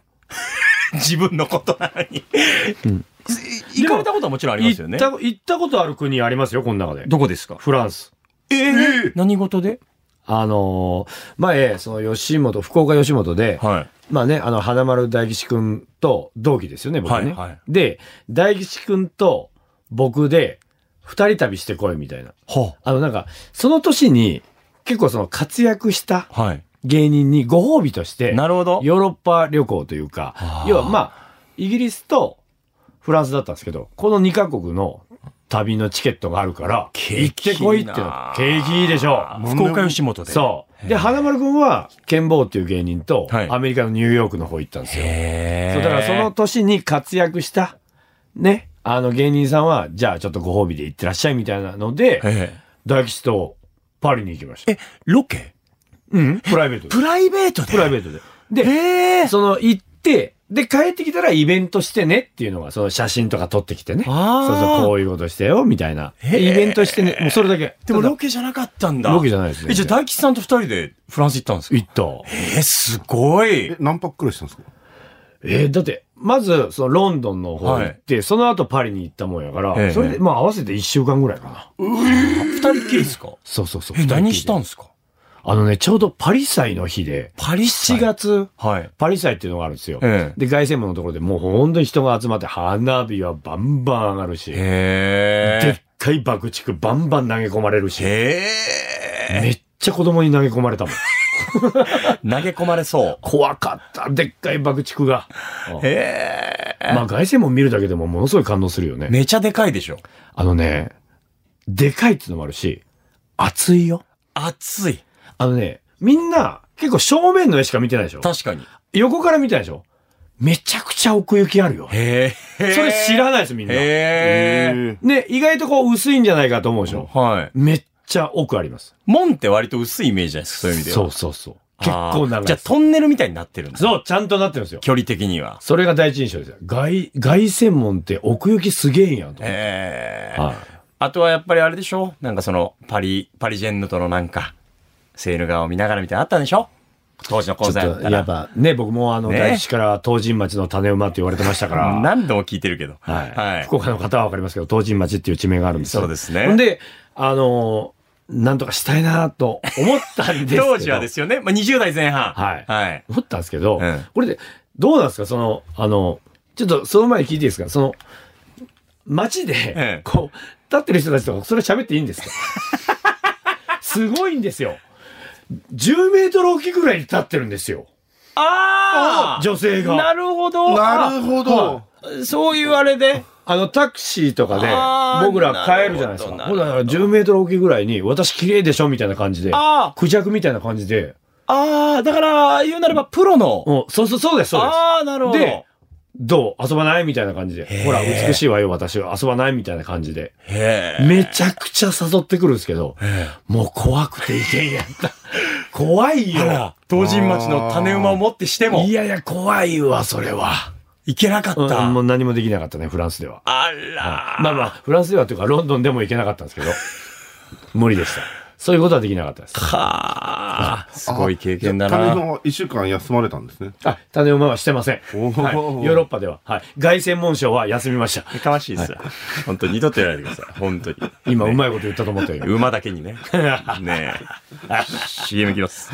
Speaker 2: 自分のことなのに。い行かれたことはもちろんありますよね。
Speaker 3: 行った、行ったことある国ありますよ、この中で。
Speaker 2: どこですか
Speaker 3: フランス。
Speaker 2: ええ何事で
Speaker 3: あのー前、その吉本、福岡吉本で、
Speaker 2: はい。
Speaker 3: まあね、あの、花丸大吉くんと同期ですよね、僕ね。
Speaker 2: はいはい
Speaker 3: で、大吉くんと僕で、二人旅してこいみたいな。
Speaker 2: ほ
Speaker 3: あの、なんか、その年に、結構その活躍した
Speaker 2: う。はい。
Speaker 3: 芸人にご褒美として、
Speaker 2: なるほど。
Speaker 3: ヨーロッパ旅行というか
Speaker 2: あ、ー
Speaker 3: 要はまあ、イギリスとフランスだったんですけど、この2カ国の旅のチケットがあるから、
Speaker 2: 景
Speaker 3: 行っ
Speaker 2: 気いいな
Speaker 3: てこいってなって景気いいでしょ
Speaker 2: あ福岡吉本で。
Speaker 3: そう。で、花丸くんは、ケンボーっていう芸人と、
Speaker 2: はい
Speaker 3: アメリカのニューヨークの方行ったんですよ。
Speaker 2: へえ。
Speaker 3: そうだからその、年に活躍した、ね、あの芸人さんは、じゃあちょっとご褒美で行ってらっしゃいみたいなので、
Speaker 2: え
Speaker 3: 大吉とパリに行きました。
Speaker 2: え。え、ロケ
Speaker 3: うん、プライベートで。
Speaker 2: プライベートで
Speaker 3: プライベートで。で、
Speaker 2: へえ。
Speaker 3: その行って、で、帰ってきたらイベントしてねっていうのが、その写真とか撮ってきてね。
Speaker 2: あ
Speaker 3: そう
Speaker 2: ー
Speaker 3: そう、こういうことしてよ、みたいな。
Speaker 2: へー
Speaker 3: イベントしてね、もうそれだけ。
Speaker 2: でも
Speaker 3: ただ
Speaker 2: ロケじゃなかったんだ。
Speaker 3: ロケじゃないですね
Speaker 2: え、じゃあ大吉さんと二人でフランス行ったんですか
Speaker 3: 行った。
Speaker 2: え、すごい
Speaker 4: え。、何泊くらいしたんですか
Speaker 3: えーだって、まず、そのロンドンの方行って、その後パリに行ったもんやから、
Speaker 2: ええ
Speaker 3: それで、まあ合わせて1週間ぐらいかな。
Speaker 2: 二人っきりですか
Speaker 3: そうそうそう。
Speaker 2: え、
Speaker 3: 二人きりで
Speaker 2: 何したんですか
Speaker 3: あのね、ちょうどパリ祭の日で、
Speaker 2: パリ
Speaker 3: 7月、
Speaker 2: はい。
Speaker 3: パリ祭っていうのがあるんですよ。
Speaker 2: ええ
Speaker 3: で、凱旋門のところでもう本当に人が集まって、花火はバンバン上がるし、
Speaker 2: へ
Speaker 3: でっ
Speaker 2: え。
Speaker 3: かい爆竹バンバン投げ込まれるし、
Speaker 2: へえ。
Speaker 3: めっちゃ子供に投げ込まれたもん。
Speaker 2: 投げ込まれそう。
Speaker 3: 怖かった、でっかい爆竹が。
Speaker 2: へえ。
Speaker 3: まあ、凱旋門見るだけでもものすごい感動するよね。
Speaker 2: めちゃでかいでしょ。
Speaker 3: あのね、でかいっていうのもあるし、熱いよ。
Speaker 2: 熱い。
Speaker 3: あのね、みんな結構正面の絵しか見てないでしょ
Speaker 2: 確かに。
Speaker 3: 横から見てないでしょめちゃくちゃ奥行きあるよ。
Speaker 2: へえ。
Speaker 3: それ知らないです、みんな。ね、
Speaker 2: へえ。
Speaker 3: 意外とこう薄いんじゃないかと思うでしょ
Speaker 2: はい。
Speaker 3: めっちゃ奥あります。
Speaker 2: 門って割と薄いイメージじゃないですか、そういう意味では。
Speaker 3: そうそうそう。結構長
Speaker 2: あー
Speaker 3: い
Speaker 2: じゃ
Speaker 3: で
Speaker 2: あ
Speaker 3: す。
Speaker 2: トンネルみたいになってるんだ。
Speaker 3: そう、ちゃんとなってるんですよ。
Speaker 2: 距離的には。
Speaker 3: それが第一印象ですよ。外、外専門って奥行きすげえんやんと。
Speaker 2: ええ
Speaker 3: はい
Speaker 2: あとはやっぱりあれでしょなんかその、パリ、パリジェンヌとのなんか、セーヌ川を見ながらみたいなのあったんでしょ当時の講
Speaker 3: ち
Speaker 2: 座
Speaker 3: ょ
Speaker 2: や
Speaker 3: っ
Speaker 2: っ
Speaker 3: と
Speaker 2: た
Speaker 3: やっ
Speaker 2: ら。
Speaker 3: ぱね、僕もあの、
Speaker 2: ね
Speaker 3: 大吉から東神町の種馬って言われてましたから。
Speaker 2: 何度も聞いてるけど。
Speaker 3: はい、
Speaker 2: はい
Speaker 3: 福。岡の方はわかりますけど、東神町っていう地名があるんですよ
Speaker 2: そうですね
Speaker 3: ほんで、あのーなんとかしたいなと思ったんですけど。
Speaker 2: 当時はですよね。まあ、20代前半。
Speaker 3: はい
Speaker 2: はい。
Speaker 3: 思ったんですけど、
Speaker 2: うん
Speaker 3: これで、どうなんですかその、あの、ちょっとその前に聞いていいですかその、街
Speaker 2: え
Speaker 3: で
Speaker 2: え、
Speaker 3: こう、立ってる人たちとか、それ喋っていいんですか すごいんですよ。10メートル大きぐらいに立ってるんですよ。
Speaker 2: ああ
Speaker 3: 女性が。
Speaker 2: なるほど。
Speaker 4: なるほど。
Speaker 2: あそういうあれで。
Speaker 3: あの、タクシーとかで
Speaker 2: あ、ー
Speaker 3: 僕ら帰るじゃないですか。
Speaker 2: なるほ
Speaker 3: ほ
Speaker 2: ど
Speaker 3: ら、10メートル大きいぐらいに、私綺麗でしょみたいな感じで、
Speaker 2: あ
Speaker 3: クジャクみたいな感じで、
Speaker 2: あ。ああ。だから、言うなればプロの。
Speaker 3: うんそうそう、そうです、そうです。
Speaker 2: ああ、なるほど。
Speaker 3: でどう遊ばないみたいな感じで
Speaker 2: へー。
Speaker 3: ほら、美しいわよ、私は。遊ばないみたいな感じで。
Speaker 2: へえ。
Speaker 3: めちゃくちゃ誘ってくるんですけど、もう怖くていけんやった。怖い
Speaker 2: あ
Speaker 3: よ。
Speaker 2: ら、東神町の種馬を持ってしても
Speaker 3: い、やいや、怖いわ、それは。
Speaker 2: いけなかった。
Speaker 3: うんもう何もできなかったね、フランスでは。
Speaker 2: あら、
Speaker 3: まあまあ、フランスではというか、ロンドンでも行けなかったんですけど、無理でした。そういうことはできなかったです。
Speaker 2: はあ、すごい経験だ
Speaker 4: 種
Speaker 2: な。
Speaker 4: 馬は一週間休まれたんですね。
Speaker 3: あ、種馬はしてません。
Speaker 4: おー
Speaker 3: はい、ヨーロッパでは。はい。凱旋門賞は休みました。
Speaker 2: やかましいですよ。本当に二度とやらないでください。本当に。
Speaker 3: 今、う
Speaker 2: ね
Speaker 3: まいこと言ったと思った よ。今
Speaker 2: 馬だけにね。ねえ。CM いきます。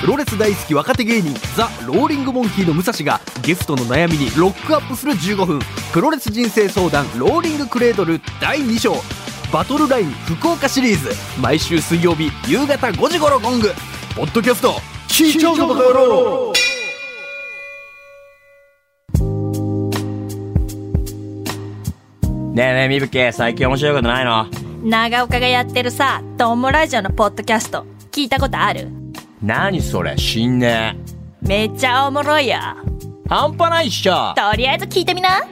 Speaker 5: プロレス大好き若手芸人ザ・ローリングモンキーの武蔵がゲストの悩みにロックアップする15分プロレス人生相談ローリングクレードル第2章バトルライン福岡シリーズ毎週水曜日夕方5時頃ゴングポッドキャスト聞いちゃうぞバカ野郎
Speaker 2: ねえねえ、みぶけ、最近面白いことないの
Speaker 6: 長岡がやってるさ、トモラジオのポッドキャスト、聞いたことある
Speaker 2: 何それ、死んねえ。
Speaker 6: めっちゃおもろいよ。
Speaker 2: 半端ないっしょ。
Speaker 6: とりあえず聞いてみな。
Speaker 3: で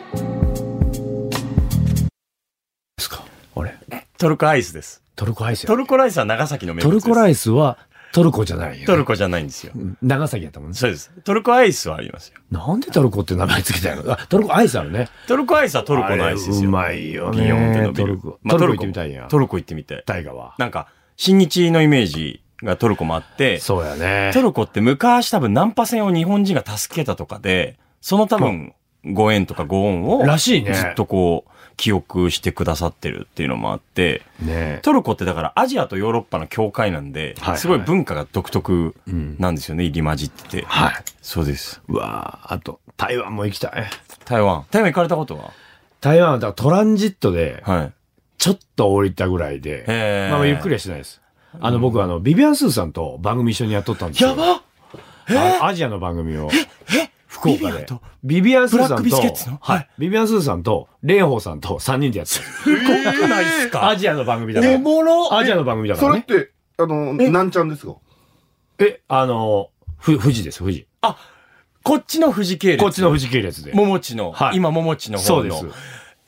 Speaker 3: すか俺、
Speaker 2: トルコアイスです。
Speaker 3: トルコアイスや
Speaker 2: トルコライスは長崎の名
Speaker 3: ト
Speaker 2: 物で
Speaker 3: ル
Speaker 2: す。
Speaker 3: コラ
Speaker 2: イ
Speaker 3: イスはトルコじゃないよ、ね。
Speaker 2: トルコじゃないんですよ。
Speaker 3: うん。長崎やったもんね。
Speaker 2: そうです。トルコアイスはありますよ。
Speaker 3: なんでトルコって名前つけたんやろ あ、トルコアイスあるね。
Speaker 2: トルコアイスはトルコのアイスですよ。
Speaker 3: うまいよね。
Speaker 2: ビヨンって伸び
Speaker 3: ト
Speaker 2: る
Speaker 3: ルコ。
Speaker 2: まあ
Speaker 3: トルコ行ってみたいやん。
Speaker 2: トルコ行ってみたい。
Speaker 3: 大河は。
Speaker 2: なんか、新日のイメージがトルコもあって、
Speaker 3: そうやね。
Speaker 2: トルコって昔多分ナンパ船を日本人が助けたとかで、その多分、ご縁とかご恩を、
Speaker 3: らしいね
Speaker 2: ずっとこう、記憶してくださってるっていうのもあって、
Speaker 3: ね
Speaker 2: トルコってだからアジアとヨーロッパの境界なんで、
Speaker 3: はいはい
Speaker 2: すごい文化が独特なんですよね、入り混じってて。
Speaker 3: はい。
Speaker 2: そうです。
Speaker 3: うわああと、台湾も行きたい。
Speaker 2: 台湾。台湾行かれたことは
Speaker 3: 台湾はだからトランジットで、
Speaker 2: はい。
Speaker 3: ちょっと降りたぐらい
Speaker 2: へ
Speaker 3: で
Speaker 2: ー、
Speaker 3: まあまあゆっくりはしないです。あの、僕はあの、ビビアン・スーさんと番組一緒にやっとったんですよ。
Speaker 2: ば
Speaker 3: あのアジアの番組を。福
Speaker 2: ビ
Speaker 3: 岡で。
Speaker 2: ビアンと
Speaker 3: ビビアンスーさんと。
Speaker 2: ブラックビスケッツの
Speaker 3: は
Speaker 2: はい
Speaker 3: い。ビビアンスーさんと、蓮舫さんと3人でやって
Speaker 2: 怖くないっす
Speaker 3: た。
Speaker 2: か
Speaker 3: アジアの番組だから。
Speaker 2: もろ
Speaker 3: アジアの番組だか
Speaker 4: そ
Speaker 3: ら
Speaker 4: れっ
Speaker 3: ね。
Speaker 4: て、あの、なんちゃんですか
Speaker 3: え、あの、ふ、富士です、富士。
Speaker 2: こっちの富士系列。
Speaker 3: こっちの富士系列で。
Speaker 2: ももちの、
Speaker 3: はい
Speaker 2: 今ももちの
Speaker 3: そ
Speaker 2: 方
Speaker 3: うで
Speaker 2: の。
Speaker 3: す。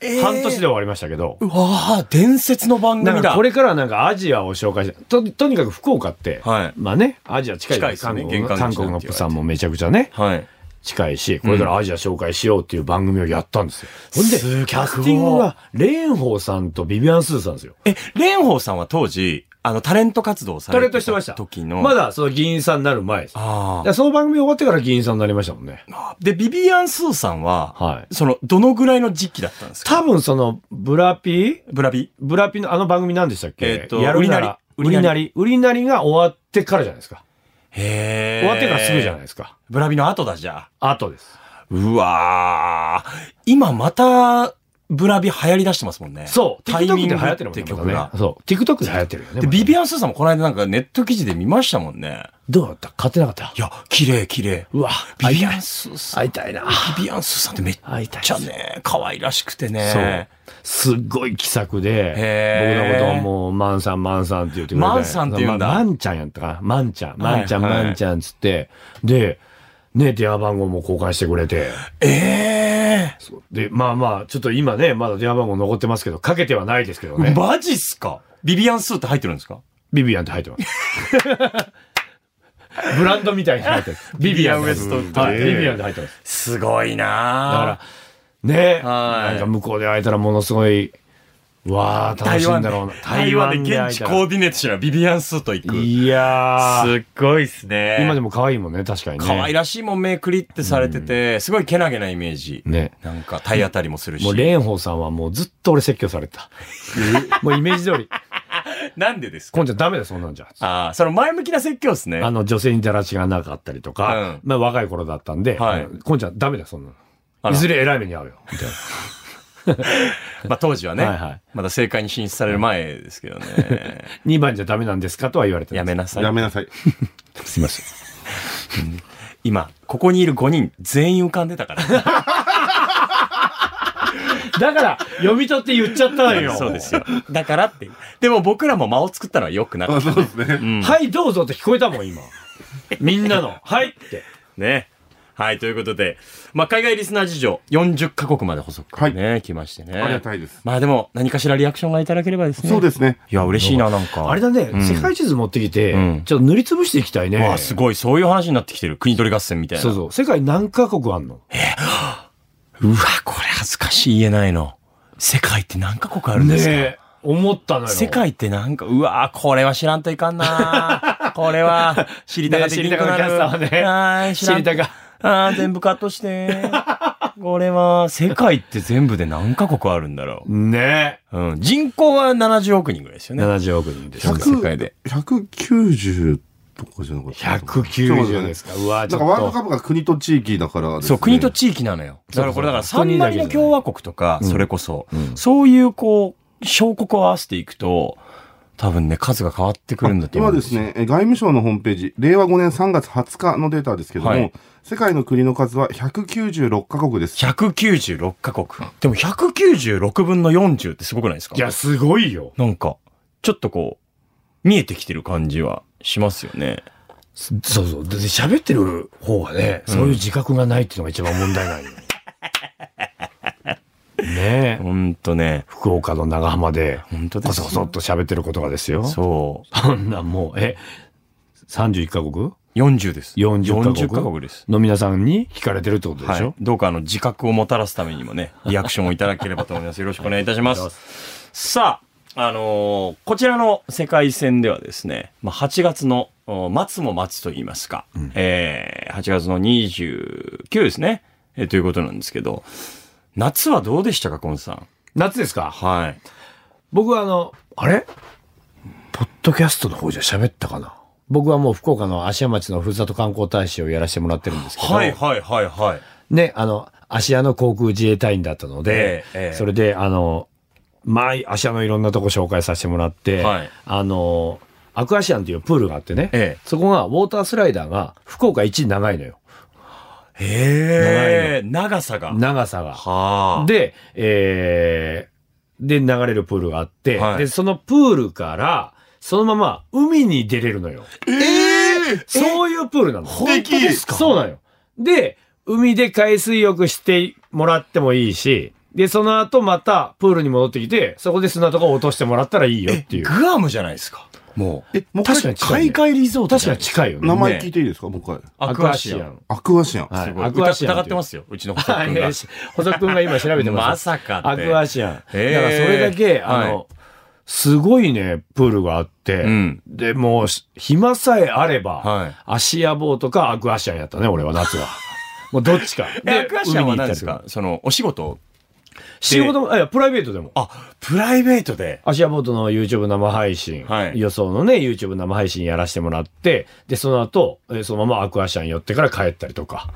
Speaker 2: えー
Speaker 3: 半年で終わりましたけど。
Speaker 2: うわあ、伝説の番
Speaker 3: な
Speaker 2: 組
Speaker 3: ん
Speaker 2: だ。
Speaker 3: かこれからなんかアジアを紹介して、と、とにかく福岡って、
Speaker 2: はい
Speaker 3: まあね、アジア近い
Speaker 2: 近いですね
Speaker 3: 韓国
Speaker 2: 玄
Speaker 3: の、
Speaker 2: 関口なん
Speaker 3: 韓
Speaker 2: て
Speaker 3: 国
Speaker 2: 言わ
Speaker 3: の
Speaker 2: れて
Speaker 3: プサンもめちゃくちゃね、
Speaker 2: はい。
Speaker 3: 近いし、これからアジア紹介しようっていう番組をやったんですよ。ほんで、キャスティングが、レンホーさんとビビアン・スーさんですよ。
Speaker 2: え、蓮舫さんは当時、あの、タレント活動をさ
Speaker 3: タレ
Speaker 2: れ
Speaker 3: ント
Speaker 2: て
Speaker 3: してましたた。
Speaker 2: 時の。
Speaker 3: ま。だ、その議員さんになる前です。だか
Speaker 2: あ
Speaker 3: らその番組終わってから議員さんになりましたもんね。
Speaker 2: あ。で、ビビアン・スーさんは、
Speaker 3: はい
Speaker 2: その、どのぐらいの時期だったんですか
Speaker 3: 多分その、ブラピ
Speaker 2: ブラビ
Speaker 3: ブラピのあの番組なんでしたっけ
Speaker 2: えっと
Speaker 3: やるなら、
Speaker 2: 売
Speaker 3: 売
Speaker 2: り
Speaker 3: り
Speaker 2: な
Speaker 3: なり。売りなりが終わってからじゃないですか。
Speaker 2: へえ。
Speaker 3: 終わってからすぐじゃない
Speaker 2: い
Speaker 3: ですか。
Speaker 2: ブラビの後だじゃあ。
Speaker 3: 後です。
Speaker 2: うわー今また、ブラビ流行り出してますもんね。
Speaker 3: そう。
Speaker 2: タイミ
Speaker 3: TikTok
Speaker 2: ング
Speaker 3: で
Speaker 2: っ
Speaker 3: 流行ってるもん
Speaker 2: て
Speaker 3: ね。
Speaker 2: 曲
Speaker 3: ま
Speaker 2: が
Speaker 3: だね。そう。TikTok で流行ってるよね。
Speaker 2: で、
Speaker 3: まだね
Speaker 2: ビビアン・スーさんもこの間なんかネット記事で見ましたもんね。
Speaker 3: どうだった勝てなかった
Speaker 2: いや、綺麗綺麗。
Speaker 3: うわ、
Speaker 2: ビビアン・スーさん。
Speaker 3: 会いたいな。
Speaker 2: ビビアン・スーさんってめっ
Speaker 3: 会いたい
Speaker 2: ちゃね、可愛らしくて
Speaker 3: そう
Speaker 2: ね。。
Speaker 3: すっごい気さくで、
Speaker 2: へー
Speaker 3: 僕のことをもう、マンさん、マンさんって言ってくれて。
Speaker 2: マンさんって言うんだ
Speaker 3: まマンちゃんやったかな。マンちゃん、マンちゃん、
Speaker 2: はいはい
Speaker 3: マンちゃんっつって、で、ね、電話番号も交換してくれて。
Speaker 2: ええ
Speaker 3: で、まあまあ、ちょっと今ね、まだ電話番号残ってますけど、かけてはないですけどね。
Speaker 2: マジっすかビビアン・スーって入ってるんですか
Speaker 3: ビビアンって入ってます。 ブランドみたいに入ってます。ビビア
Speaker 2: ビビアン
Speaker 3: ン。
Speaker 2: ウエストウッド
Speaker 3: はい、ビビアンって入ってます。
Speaker 2: すごい
Speaker 3: だから
Speaker 2: な、
Speaker 3: ね、
Speaker 2: はい
Speaker 3: なんか向こうで会えたらものすごい、わあ、楽しいんだろうな。
Speaker 2: 台湾で
Speaker 3: 台
Speaker 2: 現地コーディネートしながらビビアン・スーと行く。
Speaker 3: いやー、
Speaker 2: っごいっすね
Speaker 3: 今
Speaker 2: 今
Speaker 3: で
Speaker 2: でも
Speaker 3: も可愛いもんね、確かにね。
Speaker 2: 可愛らしいもん目クリってされてて、すごいけなげなイメージ。
Speaker 3: ね。
Speaker 2: なんか体当たりもするし
Speaker 3: もう、。蓮舫さんはもうずっと俺説教されてた。もうイメージ通り、
Speaker 2: なんでですか
Speaker 3: こんちゃんダメだよ、そんなんじゃ。
Speaker 2: ああ、その前向きな説教っすね。
Speaker 3: あの、女性にだらしがなかったりと
Speaker 2: うん
Speaker 3: か、まあ若い頃だったんで、
Speaker 2: はい
Speaker 3: あのこんちゃんダメだよ、そんな
Speaker 2: あ
Speaker 3: の。
Speaker 2: ら
Speaker 3: いずれ偉い目に遭うよ、みたいな。
Speaker 2: まあ当時はね、
Speaker 3: はいはい
Speaker 2: まだ政界に進出される前ですけどね。
Speaker 3: 2番じゃダメなんですかとは言われて
Speaker 2: や
Speaker 3: ます
Speaker 2: めなさい。
Speaker 4: やめなさい。
Speaker 3: すいません。
Speaker 2: 今、ここにいる5人全員浮かんで たから。
Speaker 3: だから、読み取って言っちゃったの よ。
Speaker 2: そうですよ。だからって。でも僕らも間を作ったのは良くなか
Speaker 4: あ
Speaker 2: った。
Speaker 4: そうですね。
Speaker 3: はい、どうぞって聞こえたも ん、今。みんなの。はいって。
Speaker 2: ね。はい、ということで、まあ、海外リスナー事情40カ国まで補足ね、来ましてね。
Speaker 4: ありがたいです
Speaker 2: まあでも、何かしらリアクションがいただければですね。。
Speaker 4: そうですすね。
Speaker 2: いや、嬉しいな、なんか。
Speaker 3: あれだね、
Speaker 2: ん
Speaker 3: 世界地図持ってきて、
Speaker 2: うん
Speaker 3: ちょっと塗りつぶしていきたいね。
Speaker 2: わあ、すごい、そういう話になってきてる。国取り合戦みたいな。
Speaker 3: そうそう。世界何カ国あんの
Speaker 2: うわ、これ恥ずかしい言えないの。世界って何カ国あるんですか、
Speaker 3: え、思ったのよ。
Speaker 2: 世界ってなんか、うわーこれは知らんといかん なーこれは、知りたか
Speaker 3: ね
Speaker 2: で
Speaker 3: 知
Speaker 2: き
Speaker 3: り
Speaker 2: んく
Speaker 3: たか
Speaker 2: な
Speaker 3: のキャ
Speaker 2: る。
Speaker 3: スターはね。
Speaker 2: はーい、知らん
Speaker 3: 知りたか。
Speaker 2: あー全部カットして。これは、世界って全部で何カ国あるんだろ
Speaker 3: ね
Speaker 2: う。うん。人口は70億人ぐらいですよね。
Speaker 3: 70億人でしょ。
Speaker 4: 100
Speaker 2: 世界で。
Speaker 4: 190とかじゃなかったかな。
Speaker 3: 190ですか。うわ、ち
Speaker 4: だ
Speaker 3: ょっ
Speaker 4: からワールドカ
Speaker 3: と。
Speaker 4: ップが国と地域だからですね
Speaker 2: そう、国と地域なのよ。だからこれだから、
Speaker 3: そう
Speaker 2: サ
Speaker 3: そうそう
Speaker 2: ンマリノ共和国とか、それこそ、そういうこう、小国を合わせていくと、多分ね、数が変わってくるんだと
Speaker 4: 今
Speaker 2: 思うん
Speaker 4: で
Speaker 2: です
Speaker 4: す
Speaker 2: よ。
Speaker 4: ね、え外務省のホームページ、令和5年3月20日のデータですけども、
Speaker 2: はい
Speaker 4: 世界の国の数は196カ国です。
Speaker 2: 196カ国。でも196分の40ってすごくないですか
Speaker 3: いや、すごいよ。
Speaker 2: なんか、ちょっとこう、見えてきてる感じはしますよね。
Speaker 3: そうそう。で喋ってる方がね、そういう自覚がないっていうのが一番問題ない よ。ねえ。
Speaker 2: ほんとね。
Speaker 3: 福岡の長浜で、
Speaker 2: ほんとで
Speaker 3: こ
Speaker 2: す
Speaker 3: そ
Speaker 2: よ
Speaker 3: こそっと喋ってることがですよ。そ
Speaker 2: そう。
Speaker 3: んなんもう、え、31カ国
Speaker 2: 40です。
Speaker 3: 40カ国
Speaker 2: カ国です。
Speaker 3: の皆さんに聞かれてるってことで
Speaker 2: は
Speaker 3: しょ、
Speaker 2: い。どうかあの、自覚をもたらすためにも ね、リアクションをいただければと思います。よろしくお願いいたします。さあ、あのーこちらの世界戦ではですね、まあ、8月のお末も待つと言いますか、えー、8月の29ですね、えーということなんですけど、夏はどうでしたか、コンさん。
Speaker 3: 夏ですか
Speaker 2: はい。
Speaker 3: 僕はあの、あれポッドキャストの方じゃ喋ったかな僕はもう福岡の芦屋町のふるさと観光大使をやらせてもらってるんですけど、
Speaker 2: はいはいはいはい。
Speaker 3: ね、あの、芦屋の航空自衛隊員だったので、
Speaker 2: ええええ
Speaker 3: それで、あの、前、芦屋のいろんなとこ紹介させてもらって、
Speaker 2: はい
Speaker 3: あの、アクアシアンというプールがあってね、
Speaker 2: ええ
Speaker 3: そこがウォータースライダーが福岡一長いのよ。
Speaker 2: へえ。長さが。
Speaker 3: 長さが。
Speaker 2: はあ。、
Speaker 3: で、えー、で流れるプールがあって、
Speaker 2: はい
Speaker 3: で、そのプールから、そのまま海に出れるのよ。そういうプールなの。本
Speaker 4: 当です
Speaker 3: かそうなのよ。で、海で海水浴してもらってもいいし、で、その後またプールに戻ってきて、そこで砂とか落としてもらったらいいよっていう。
Speaker 2: グアムじゃないですか。もう。
Speaker 4: え、もう一
Speaker 3: 確か
Speaker 4: 回
Speaker 3: に近い、ね。
Speaker 2: 海外リゾート
Speaker 3: 確
Speaker 2: じゃ
Speaker 3: か
Speaker 2: ない
Speaker 3: に
Speaker 2: です
Speaker 3: 近いよね。
Speaker 4: 名前聞いていいですかもう一回。
Speaker 2: アクアシアン。。
Speaker 4: アクアシアン。
Speaker 3: はい、
Speaker 2: ア
Speaker 3: ア
Speaker 2: ク
Speaker 3: ク
Speaker 2: ア
Speaker 3: ア
Speaker 2: シ
Speaker 3: シ
Speaker 2: ア
Speaker 3: ア
Speaker 2: ン。
Speaker 3: ン
Speaker 2: 疑ってますよ。うちの細
Speaker 3: は
Speaker 2: 君が
Speaker 3: い。。し細くんが今調べてます。
Speaker 2: まさか
Speaker 3: ア
Speaker 2: って
Speaker 3: クアシアン。
Speaker 2: へー
Speaker 3: だからそれだけ、あの、
Speaker 2: はい
Speaker 3: すごいね、プールがあって、
Speaker 2: うん
Speaker 3: で、もう、暇さえあれば、
Speaker 2: はい
Speaker 3: 足や棒とかアクアシアンやったね、俺は、夏 は。もうどっちか。
Speaker 2: えアクアシアンは何です
Speaker 3: 海に行った
Speaker 2: か
Speaker 3: り
Speaker 2: その、お仕事
Speaker 3: 仕事も、あいや、プライベートでも。
Speaker 2: あ、プライベートで。
Speaker 3: アシアボートの YouTube 生配信、
Speaker 2: はい
Speaker 3: 予想のね、YouTube 生配信やらせてもらって、で、その後、えーそのままアクアシアン寄ってから帰ったりとか。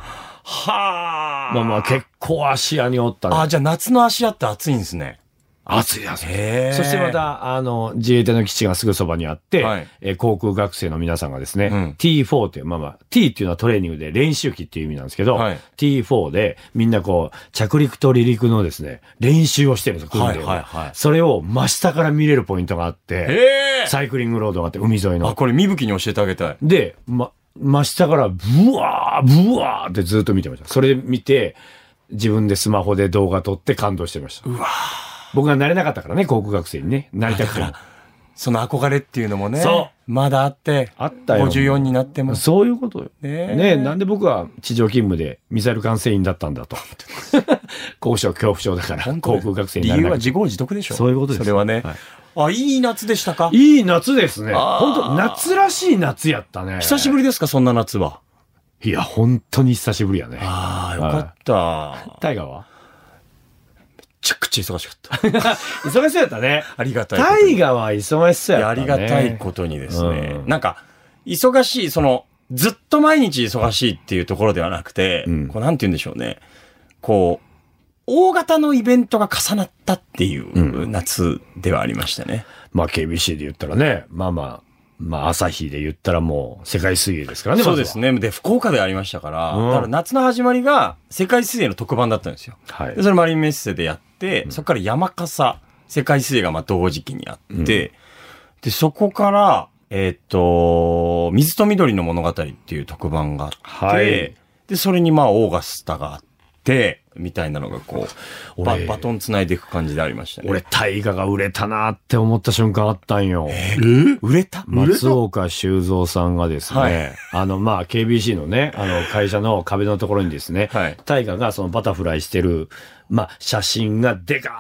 Speaker 2: はあ。
Speaker 3: まあまあ、結構アシアにおったね
Speaker 2: あ、じゃあ夏の芦屋って暑いんですね。
Speaker 3: 暑い暑い。
Speaker 2: へえ。
Speaker 3: そしてま、た、あの、自衛隊の基地がすぐそばにあって、
Speaker 2: はい
Speaker 3: えー航空学生の皆さんがですね、
Speaker 2: うん
Speaker 3: T4 っていう、まあまあ、T っていうのはトレーニングで練習機っていう意味なんですけど、
Speaker 2: はい
Speaker 3: T4 でみんなこう、着陸と離陸のですね、練習をしてるんですよ、訓練を
Speaker 2: はいはいはい
Speaker 3: それを真下から見れるポイントがあって、
Speaker 2: へえ。
Speaker 3: サイクリングロードがあって、海沿い
Speaker 2: あ、
Speaker 3: の。
Speaker 2: これ、みぶきに教えてあげたい。
Speaker 3: で、ま、真下から、ブワー、ブワーってずっと見てました。それ見て、自分でスマホで動画撮って感動してました。僕がなれなかったからね、航空学生にね。なりた くても。
Speaker 2: その憧れっていうのもね。。
Speaker 3: そう
Speaker 2: まだあって。
Speaker 3: あったよ
Speaker 2: 54になってます。
Speaker 3: そういうことよ。
Speaker 2: ねえ
Speaker 3: ねえなんで僕は地上勤務でミサイル管制員だったん だと。高所恐怖症だから、
Speaker 2: 本当
Speaker 3: 航
Speaker 2: です
Speaker 3: 空学生に
Speaker 2: 理
Speaker 3: なら
Speaker 2: 由は
Speaker 3: なくて
Speaker 2: 自業自得でしょ。
Speaker 3: そういうことで
Speaker 2: そ
Speaker 3: す
Speaker 2: れはね。あ、いい夏でしたか
Speaker 3: いい夏ですね。
Speaker 2: あー
Speaker 3: 本当夏らしい夏やったね。
Speaker 2: 久しぶりですかそんな夏は。
Speaker 3: り。いや、本当に久しぶりやね。
Speaker 2: ああ、よかった。
Speaker 3: 大河は
Speaker 2: めちゃくちゃ忙しかった。
Speaker 3: 忙しそうやったね。
Speaker 2: ありがたいことに。
Speaker 3: 大河は忙しそう
Speaker 2: いや
Speaker 3: や
Speaker 2: あ
Speaker 3: った
Speaker 2: り
Speaker 3: ね。
Speaker 2: がたいことにですね、
Speaker 3: うん
Speaker 2: なんか、忙しい、その、ずっと毎日忙しいっていうところではなくて、
Speaker 3: うん
Speaker 2: こう、なんて言うんでしょうね。こう、大型のイベントが重なったっていう夏ではありましたね。
Speaker 3: まあ KBC で言ったらね、まあまあ、まあ朝日で言ったらもう世界水泳ですからね、
Speaker 2: そうです
Speaker 3: ね。
Speaker 2: ね。で、福岡でありましたから、
Speaker 3: うん
Speaker 2: だから夏の始まりが世界水泳の特番だったんですよ。
Speaker 3: はい
Speaker 2: で、。それマリンメッセでやって、そこから山笠、世界水泳がまあ同時期にあって、で、そこから、えーっ、と、水と緑の物語っていう特番があって、
Speaker 3: はい
Speaker 2: で、それにまあオーガスタがあって、みたいなのがこう、バ
Speaker 3: 俺
Speaker 2: バトン繋いでいく感じでありましたね。
Speaker 3: 俺、大河が売れたなって思った瞬間あったんよ。
Speaker 2: 売れた
Speaker 3: 松岡修造さんがですね、
Speaker 2: はい
Speaker 3: あの、まあ、KBC のね、あの、会社の壁のところにですね、
Speaker 2: はい
Speaker 3: 大河がそのバタフライしてる、まあ、写真がでか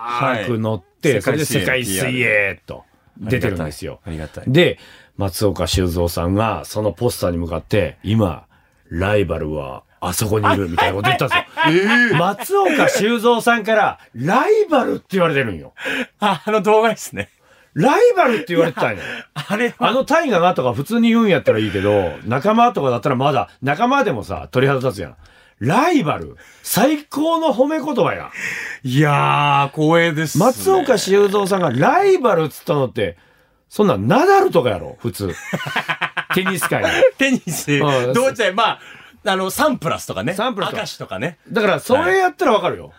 Speaker 3: ーく載って、
Speaker 2: はい
Speaker 3: それで世
Speaker 2: 世界
Speaker 3: 界
Speaker 2: 水泳
Speaker 3: 水泳と出てるんですよ。
Speaker 2: ありがたいありが
Speaker 3: で、松岡修造さんがそのポスターに向かって、今、ライバルはあそこにいるみたいなこと言ったん ですよ。松岡修造さんから、ライバルって言われてるんよ。
Speaker 2: あ、あの動画ですね。
Speaker 3: ライバルって言われてたんよ。
Speaker 2: あれ
Speaker 3: あの大河がとか普通に言うんやったらいいけど、仲間とかだったらまだ、仲間でもさ、鳥肌立つやん。ライバル最高の褒め言葉や。
Speaker 2: いやー、光栄です、ね。
Speaker 3: 松岡修造さんがライバルっつったのって、そんなんナダルとかやろ、普 通。テニス界の。
Speaker 2: テニス
Speaker 3: う、ん
Speaker 2: 同時代、まあ、あの、サンプラスとかね。
Speaker 3: サンプラスとか
Speaker 2: 明石とかね。
Speaker 3: だから、それやったらわかるよ。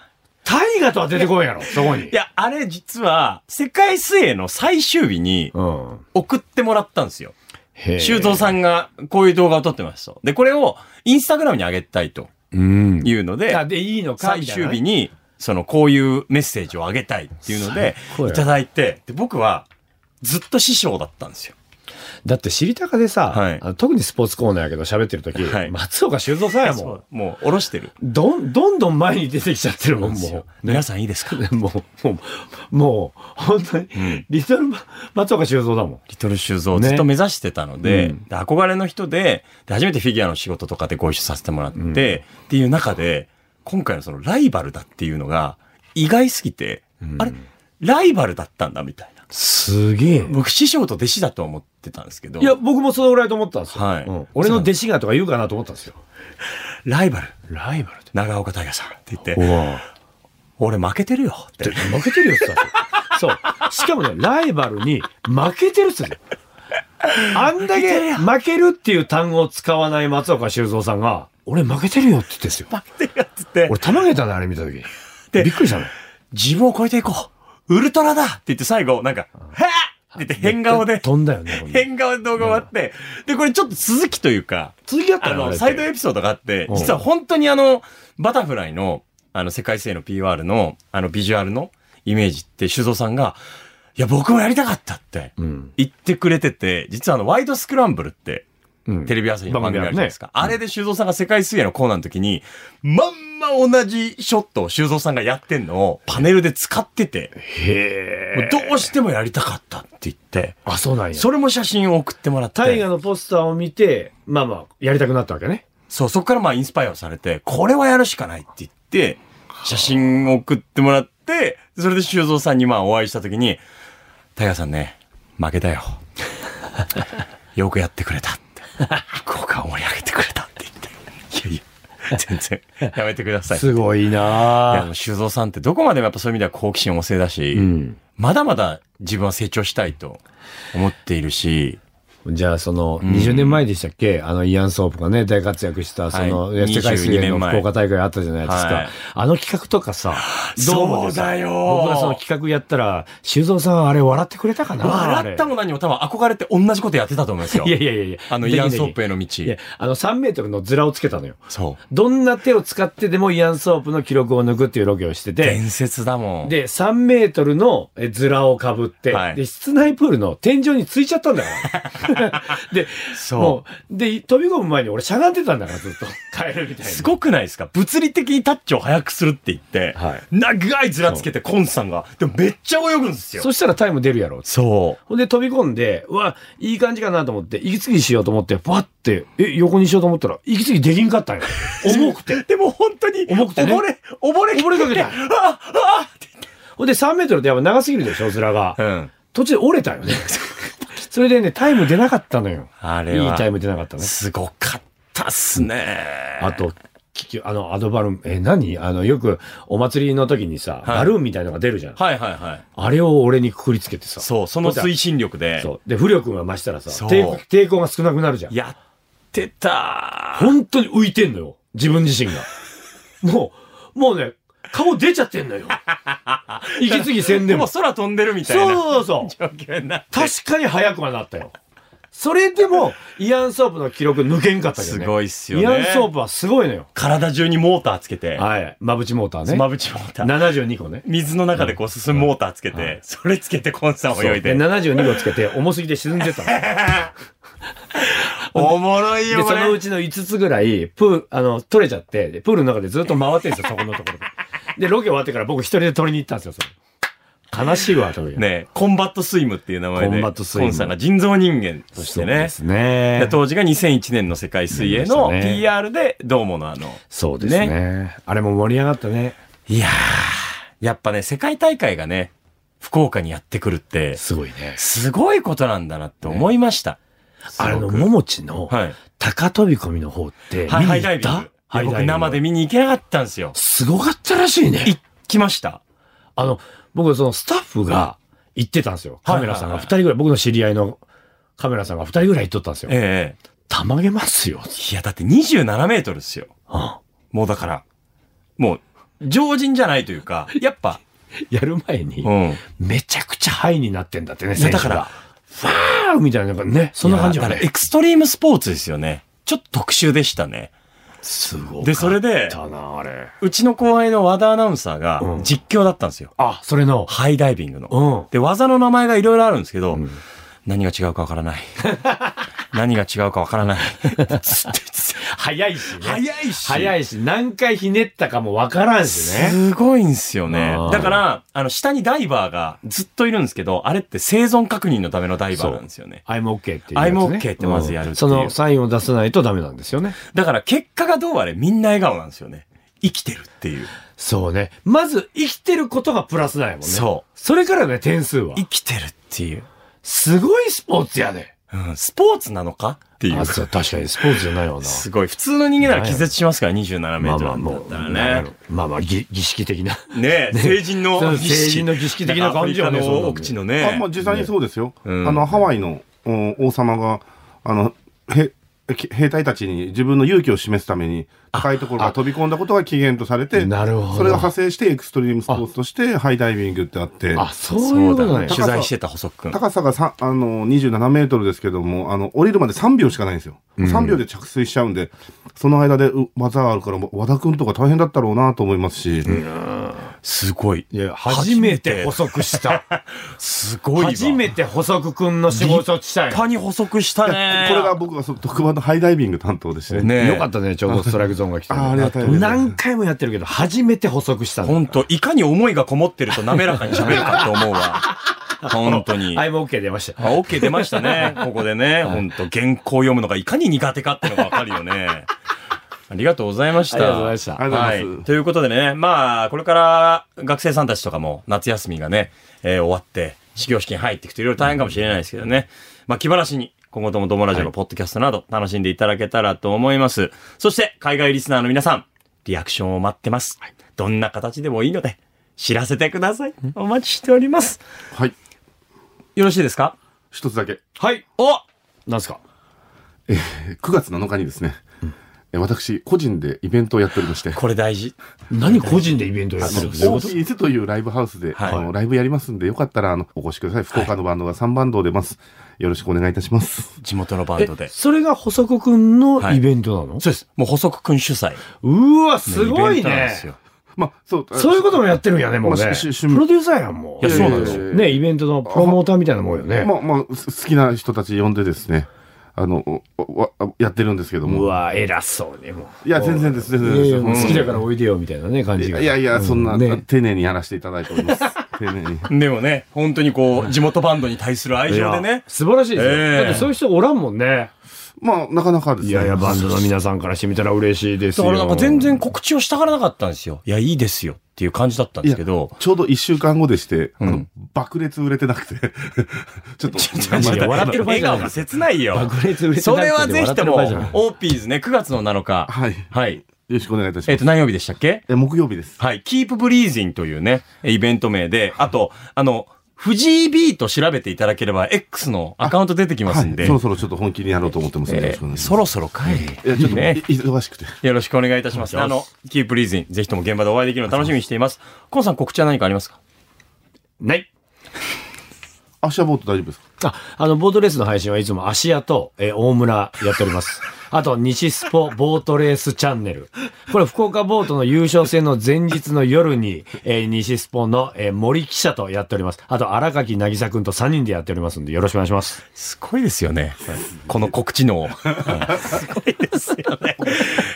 Speaker 3: 大河とは出てこんやろ、そこに
Speaker 2: い。や、あれ実は、世界水泳の最終日に
Speaker 3: うん。
Speaker 2: 送ってもらったんですよ。
Speaker 3: へー
Speaker 2: 修造さんがこういう動画を撮ってますと。で、これをインスタグラムに上げたいと
Speaker 3: うん。
Speaker 2: いうので、
Speaker 3: あで、いいのか、
Speaker 2: 最
Speaker 3: みたいな
Speaker 2: 終日に、その、こういうメッセージを上げたいっていうので
Speaker 3: 最、高
Speaker 2: い
Speaker 3: や
Speaker 2: ただいて、で、僕は、ずっと師匠だったんですよ。
Speaker 3: だって、知りたかでさ、
Speaker 2: はい
Speaker 3: あの特にスポーツコーナーやけど喋ってる時、
Speaker 2: はい
Speaker 3: 松岡修造さんやも
Speaker 2: そ
Speaker 3: ん
Speaker 2: う。もう、おろしてる。
Speaker 3: どん、どんどん前に出てきちゃってるもん、もう。
Speaker 2: 皆さんいいですかリ
Speaker 3: もう、もう、もう、本当に、リトルマ松岡修造だもん。
Speaker 2: トル修造を
Speaker 3: ね
Speaker 2: ずっと目指してたので、
Speaker 3: う
Speaker 2: で憧れの人でで、初めてフィギュアの仕事とかでご一緒させてもらって、っていう中で、今回のそのライバルだっていうのが意外すぎて、あれライバルだったんだみたいな。
Speaker 3: すげえ。
Speaker 2: 僕、師匠と弟子だと思ってたんですけど、
Speaker 3: いや、僕もそのぐらいと思ったんですよ。
Speaker 2: はい
Speaker 3: うん俺の弟子がとか言うかなと思ったんですよ。
Speaker 2: ライバル、
Speaker 3: ライバルで。
Speaker 2: 長岡大河さんって言って、
Speaker 3: お
Speaker 2: 俺負けてるよって。
Speaker 3: 負けてるよって言ったんですよ。そう。しかもね、ライバルに負けてるって言ってたよ。あんだけ負けるっていう単語を使わない松岡修造さんが、俺負けてるよって言ってんですよ。
Speaker 2: 負けてるよって言って、
Speaker 3: 俺たまげたね、あれ見た時に。
Speaker 2: で
Speaker 3: びっくりしたの。
Speaker 2: 自分を超えていこうウルトラだって言って最後、なんか、はぁって言って変顔で、
Speaker 3: 飛んだよね。ほんで
Speaker 2: 変顔で動画終わって、で、これちょっと続きというか、
Speaker 3: 続きあった
Speaker 2: あ
Speaker 3: の
Speaker 2: の、
Speaker 3: あれって
Speaker 2: サイドエピソードがあって、
Speaker 3: うん
Speaker 2: 実は本当にあの、バタフライの、あの、世界性の PR の、あの、ビジュアルのイメージって、修造さんが、いや、僕もやりたかったって
Speaker 3: ん、
Speaker 2: 言ってくれてて、実はあの、ワイドスクランブルって、
Speaker 3: うん
Speaker 2: テレビ朝日の番組あるじゃないですか。
Speaker 3: 番
Speaker 2: あれで修造さんが世界水泳のコーナーの時に、まんま同じショットを修造さんがやってんのをパネルで使ってて、
Speaker 3: へ
Speaker 2: もう
Speaker 3: え。
Speaker 2: どうしてもやりたかったって言って、
Speaker 3: あ、そうなんや。
Speaker 2: それも写真を送ってもらって。
Speaker 3: 大河のポスターを見て、まあまあ、やりたくなったわけね。
Speaker 2: そう、そこからまあインスパイアをされて、これはやるしかないって言って、写真を送ってもらって、それで修造さんにまあお会いした時に、タイガーさんね、負けたよ。 よくやってくれたって。福岡を盛り上げてくれたって言って。いやいや、全然やめてください。
Speaker 3: すごい
Speaker 2: い
Speaker 3: な
Speaker 2: や、もう修造さんってどこまでもやっぱそういう意味では好奇心旺盛だし、
Speaker 3: ん
Speaker 2: まだまだ自分は成長したいと思っているし、
Speaker 3: じゃあ、その、20年前でしたっけ、あの、イアン・ソープがね、大活躍した、その、
Speaker 2: はい
Speaker 3: いや世界水泳
Speaker 2: 22
Speaker 3: の
Speaker 2: 年前
Speaker 3: 福岡大会あったじゃないですか。
Speaker 2: はい
Speaker 3: あの企画とかさ、どもでさ
Speaker 2: そうだよ
Speaker 3: 僕がその企画やったら、修造さん、あれ笑ってくれたかな
Speaker 2: 笑ったも何も多分憧れて同じことやってたと思うんですよ。
Speaker 3: あれいやいやいや
Speaker 2: あの、イアンソープへの道。
Speaker 3: いや、あの、3メートルのズラをつけたのよ。
Speaker 2: そう。
Speaker 3: どんな手を使ってでもイアン・ソープの記録を抜くっていうロケをしてて、
Speaker 2: 伝説だもん。
Speaker 3: で、3メートルのえズラをかぶって、
Speaker 2: はい
Speaker 3: で、室内プールの天井についちゃったんだ から。で、
Speaker 2: そう
Speaker 3: もう、で、飛び込む前に俺しゃがんでたんだか ら、ずっと。帰るみたいな。
Speaker 2: すごくないですか物理的にタッチを速くするって言って、
Speaker 3: はい
Speaker 2: 長いずらつけてコンさんが、でもめっちゃ泳ぐんですよ。
Speaker 3: そしたらタイム出るやろ。
Speaker 2: そう。
Speaker 3: ほんで飛び込んで、うわ、いい感じかなと思って、息継ぎしようと思って、パッて、え、横にしようと思ったら、息継ぎできんか ったんよ。重くて。
Speaker 2: でも本当に、
Speaker 3: 重くてね
Speaker 2: 溺れ、溺れ、
Speaker 3: 溺れかけた
Speaker 2: ああああって
Speaker 3: ほんで3メートルってやっぱ長すぎるでしょ、ズラが。
Speaker 2: うん。
Speaker 3: 途中で折れたよ ね。それでね、タイム出なかったのよ。
Speaker 2: あれはい
Speaker 3: いタイム出なかったね。
Speaker 2: すごかったっすね。
Speaker 3: あと、ききあの、アドバルーン、え、何あの、よく、お祭りの時にさ、バルーンみたいのが出るじゃん。
Speaker 2: はいはいはい。
Speaker 3: あれを俺にくくりつけてさ。
Speaker 2: そう、その推進力で、
Speaker 3: そう。で、浮力が増したらさ、
Speaker 2: そう
Speaker 3: 抵抗抵抗が少なくなるじゃん。
Speaker 2: やってた。
Speaker 3: 本当に浮いてんのよ。自分自 身が。もう、もうね、顔出ちゃってんの よ。息継ぎせんで
Speaker 2: で
Speaker 3: も。
Speaker 2: も
Speaker 3: そう
Speaker 2: 空飛んでるみたい な
Speaker 3: そうそう。
Speaker 2: 状況になって。
Speaker 3: 確かに早くはなったよ。それでも、イアン・ソープの記録抜けんかったけどね。
Speaker 2: すごいっすよね
Speaker 3: イアン・ソープはすごいのよ。
Speaker 2: 体中にモーターつけて、
Speaker 3: はい。マブチモーターね。
Speaker 2: まぶちモーター。
Speaker 3: 72個ね。
Speaker 2: 水の中でこう進むモーターつけて、それつけてコンさん泳いで。
Speaker 3: 72号つけて、重すぎて沈んでたの。で、
Speaker 2: おもろいよ、こ
Speaker 3: そ
Speaker 2: れ
Speaker 3: のうちの5つぐらい、プール、あの、取れちゃって、でプールの中でずっと回ってんですよ、そこのところで。で、 ロケ終わってから僕一人で取りに行ったんですよ、それ。悲しいわ、という。
Speaker 2: ねコンバットスイムっていう名前で、
Speaker 3: コンバットスイム
Speaker 2: コンさんが人造人間として
Speaker 3: そうで
Speaker 2: ね。
Speaker 3: すね
Speaker 2: で。当時が2001年の世界水泳の
Speaker 3: やりましたね
Speaker 2: PR で、どうものあの。
Speaker 3: そうですねあれも盛り上がったね。
Speaker 2: いやー、やっぱね、世界大会がね、福岡にやってくるって、
Speaker 3: すごいね。
Speaker 2: すごいことなんだなって思いました。すご
Speaker 3: あ
Speaker 2: く
Speaker 3: れの、ももちの、
Speaker 2: はい。
Speaker 3: 高飛び込みの方って、
Speaker 2: はい、
Speaker 3: 見
Speaker 2: ハイダイビン
Speaker 3: に行っ
Speaker 2: グ
Speaker 3: た
Speaker 2: いや。僕生で
Speaker 3: 見
Speaker 2: 見に行けなかったんですよ。
Speaker 3: すごかったらしいね。
Speaker 2: 行きました。
Speaker 3: あの、僕、そのスタッフが行ってたんですよ。
Speaker 2: はい
Speaker 3: カ
Speaker 2: はい
Speaker 3: メ
Speaker 2: はい
Speaker 3: ラさんが2人ぐらい、僕の知り合いのカメラさんが2人ぐらい行っとったんですよ。
Speaker 2: ええ
Speaker 3: たまげますよ。
Speaker 2: いや、だって27メートルですよ。もうだから、もう、常人じゃないというか、やっぱ、
Speaker 3: やる前に、
Speaker 2: うん。
Speaker 3: めちゃくちゃハイになってんだってね、
Speaker 2: いや
Speaker 3: 選
Speaker 2: だ
Speaker 3: 手
Speaker 2: か
Speaker 3: が。
Speaker 2: ら、
Speaker 3: ファーみたいな、なんかね、そんな感じよ
Speaker 2: いやだからエ
Speaker 3: ね。
Speaker 2: クストリームスポーツですよね。ちょっと特殊でしたね。
Speaker 3: すごい。
Speaker 2: でそれで
Speaker 3: たな、あれ。
Speaker 2: うちの後輩の和田アナウンサーが
Speaker 3: うん
Speaker 2: 実況だったんですよ。
Speaker 3: あ、それの。
Speaker 2: ハイダイビングの。
Speaker 3: うん
Speaker 2: で、技の名前がいろいろあるんですけど、何が違うかわから ない。何が違うかわからない。つって
Speaker 3: 早いしね。
Speaker 2: 早いし
Speaker 3: 早いし、何回ひねったかもわからんしね。
Speaker 2: すごいんすよね
Speaker 3: あ。ー
Speaker 2: だから、あの、下にダイバーがずっといるんですけど、あれって生存確認のためのダイバーなんですよね。
Speaker 3: I'm OK っていうやつね。
Speaker 2: I'm OK ってまずやるっていう
Speaker 3: そのサインを出さないとダメなんですよね。
Speaker 2: だから結果がどうあれみんな笑顔なんですよね。生きてるっていう。
Speaker 3: そうね。まず、生きてることがプラスだよね。。
Speaker 2: そう
Speaker 3: それからね、点数は
Speaker 2: 生。きてるっていう。
Speaker 3: すごいスポーツやね。
Speaker 2: うん、スポーツなのかっていう
Speaker 3: あ、。そう、確かにスポーツじゃないよな。
Speaker 2: すごい。普通の人間なら気絶しますから、27メー
Speaker 3: まあ
Speaker 2: ト
Speaker 3: ま
Speaker 2: ルだ
Speaker 3: あ、も
Speaker 2: っ
Speaker 3: う、
Speaker 2: た
Speaker 3: なんや
Speaker 2: らね
Speaker 3: ろ。まあまあ、儀儀式的な。
Speaker 2: ねえ、成人の
Speaker 3: そう
Speaker 2: 儀式。
Speaker 3: 成人の儀式的な感じよね
Speaker 2: アフリ
Speaker 3: そ
Speaker 2: カ
Speaker 3: んな
Speaker 2: の
Speaker 3: の
Speaker 2: 奥地の
Speaker 4: あ
Speaker 2: ね。
Speaker 4: まあ、実際にそうですよ。
Speaker 2: うん
Speaker 4: あの、ハワイのうん王様が、あの、へ、き兵隊たちに自分の勇気を示すために、高いところから飛び込んだことが起源とされて、
Speaker 3: なるほど
Speaker 4: それが派生してエクストリームスポーツとしてハイダイビングってあって、
Speaker 3: あ、そうい
Speaker 2: そうう
Speaker 3: こ
Speaker 2: だ
Speaker 3: と
Speaker 2: ね。
Speaker 3: ね。
Speaker 2: 取材してた細くん。
Speaker 4: 高さがさあの27メートルですけども、あの、降りるまで3秒しかないんですよ。3秒で着水しちゃうんで、その間でう技があるから、和田くんとか大変だったろうなと思いますし、
Speaker 2: すごい。
Speaker 3: いや、初めて補足した。
Speaker 2: すごいわ。
Speaker 3: 初めて補足くんの仕事地帯。
Speaker 2: 立派に補足したね。
Speaker 4: これが僕がその特番のハイダイビング担当でして、
Speaker 2: ねえ
Speaker 3: よかったね、ちょうどストライクゾーンが来たの。
Speaker 4: あありがたいです
Speaker 3: 何回もやってるけど、初めて補足したの。
Speaker 2: 本当いかに思いがこもってると滑らかに喋るかって思うわ。本当に。
Speaker 3: アイム OK 出ました。
Speaker 2: あ、OK 出ました ね。ここでね。本当原稿読むのがいかに苦手かってのがわかるよね。 ありがとうございました。
Speaker 3: ありがとうございました
Speaker 4: ありがとうございます
Speaker 2: はい。ということでね、まあ、これから学生さんたちとかも夏休みがね、えー終わって、始業式に入っていくといろいろ大変かもしれないですけどね。まあ、気晴らしに、今後とも友ラジオのポッドキャストなど楽しんでいただけたらと思います。そして、海外リスナーの皆さん、リアクションを待ってます。どんな形でもいいので、知らせてください。お待ちしております。
Speaker 4: はい、
Speaker 2: よろしいですか
Speaker 4: 一つだけ。
Speaker 3: はい。
Speaker 2: お
Speaker 3: なんすか
Speaker 4: 9月7日にですね、え私、個人でイベントをやっておりまして、
Speaker 2: これ大事。
Speaker 3: 何個人でイベントやってるんですか
Speaker 4: オーシーズというライブハウスで、
Speaker 2: はい
Speaker 4: あのライブやりますんで、よかったらあのお越しください。福岡のバンドが3バンド出ます。よろしくお願いいたします。
Speaker 2: 地元のバンド
Speaker 3: え
Speaker 2: で。
Speaker 3: それが補足くんのイベントなの、
Speaker 2: そうです。もう細く君主催。
Speaker 3: うわ、すご
Speaker 2: イベ
Speaker 3: い
Speaker 2: ントなんで
Speaker 3: ね
Speaker 2: す。よ
Speaker 4: まあ、そう、
Speaker 3: そういうこともやってるんやね、もう
Speaker 4: ま
Speaker 3: ね。
Speaker 4: あしし
Speaker 3: プロデューサーやん、もう。
Speaker 2: いやそうなんです
Speaker 4: よ
Speaker 3: ね、イベントのプロモーターみたいなもんよね。
Speaker 4: まあ、まあ、す好きな人たち呼んでですね、あの、おおわやってるんですけど
Speaker 3: う
Speaker 4: も。
Speaker 3: わ、偉そうね、もう。
Speaker 4: いや、全然です、全
Speaker 3: い
Speaker 4: 然
Speaker 3: や
Speaker 4: で
Speaker 3: い
Speaker 4: す。
Speaker 3: やもう好きだかららおいでよ、みたいなね、感じが。
Speaker 4: いやいや、そんな、
Speaker 3: うね。
Speaker 4: 丁寧にやらせていただいております。丁寧に。
Speaker 2: でもね、本当にこう、地元バンドに対する愛
Speaker 3: い
Speaker 2: 情で
Speaker 3: や
Speaker 2: ね。
Speaker 3: 素晴らしいですよ。
Speaker 2: ええ
Speaker 3: だってそういう人おらんもんね。
Speaker 4: まあ、なかなかですね。
Speaker 3: いやいや、バンドの皆さんからしてみたら嬉しいです
Speaker 2: だ
Speaker 3: よ。
Speaker 2: からなんか全然告知をしたがらなかったんですよ。いや、いいですよっていう感じだったんですけど。
Speaker 4: ちょうど1週間後でして、あ
Speaker 2: う
Speaker 4: の
Speaker 2: ん、
Speaker 4: 爆裂売れてなくて、 ちょっと、
Speaker 3: ょちょ
Speaker 2: 笑ってる場合じゃない笑顔が切ないよ。
Speaker 3: 爆裂売れて
Speaker 2: それはぜひとも
Speaker 3: 笑ってる場合じゃない、
Speaker 2: オーピーズね、9月の7日。
Speaker 4: はい。よ
Speaker 2: はい。
Speaker 4: ろしくお願いいたし
Speaker 2: えっ
Speaker 4: ま
Speaker 2: と、
Speaker 4: す。
Speaker 2: 何曜日でしたっけ
Speaker 4: え、木曜日です。
Speaker 2: はい。Keep Breathing というね、イベント名で、あと、あの、藤井 B と調べていただければ、X のアカウント出てきますんで
Speaker 4: はい、そ。ろそろちょっと本気にやろうと思ってますんで、よろし
Speaker 2: え
Speaker 4: くお願
Speaker 2: ー
Speaker 4: いし
Speaker 2: そろそろ帰
Speaker 4: ます。いや、ちょっと、
Speaker 2: ね
Speaker 4: い忙しくて。
Speaker 2: よろしくお願いいたします。あの、キープリーズン、ぜひとも現場でお会いできるのを楽しみにしています。コンさん告知は何かありますか
Speaker 3: ない。
Speaker 4: アシャボート大丈夫ですか
Speaker 3: あ、あの、ボートレースの配信はいつも芦屋と、えー大村やっております。 あと、西スポボートレースチャンネル。これ、福岡ボートの優勝戦の前日の夜に、えー西スポの、えー森記者とやっております。あと、荒垣渚くんと3人でやっておりますんで、よろしくお願いします。
Speaker 2: すごいですよね。この告知 能。すごいですよね。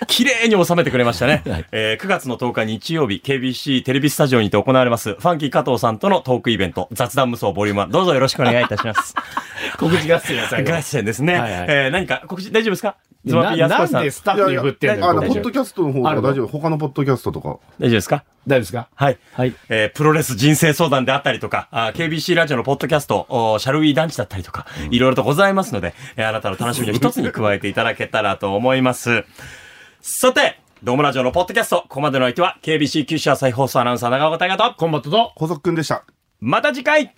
Speaker 2: 綺麗に収めてくれましたね。えー9月の10日日曜日、KBC テレビスタジオにて行われます、ファンキー加藤さんとのトークイベント、雑談無双ボリューム1、どうぞよろしくお願いいたし ます。
Speaker 3: 告知合戦や
Speaker 2: ガッセンですね。
Speaker 3: はいはい
Speaker 2: えー何か告知大丈夫ですかズマ
Speaker 3: な
Speaker 2: ピー安子さ
Speaker 3: なん
Speaker 2: ん。
Speaker 3: で
Speaker 2: 大丈
Speaker 3: スタッフに振ってんの
Speaker 4: あの、
Speaker 3: こ
Speaker 4: ポ
Speaker 3: っち
Speaker 4: ッドキャストの方とか
Speaker 3: ある
Speaker 4: 大
Speaker 3: の
Speaker 4: 丈夫他のポッドキャストとか。
Speaker 2: 夫ですか
Speaker 3: 大丈夫ですか
Speaker 2: はい。
Speaker 3: はい
Speaker 2: えープロレス人生相談であったりとか、あー KBC ラジオのポッドキャスト、おーシャルウィー団地だったりとか、いろいろとございますので、えーあなたの楽しみの一つに加えていただけたらと思います。さて、ドームラジオのポッドキャスト、ここまでの相手は、KBC 九州朝日放送アナウンサー長岡大和。
Speaker 3: コンバットと、
Speaker 4: 小作くんでした。
Speaker 2: また次回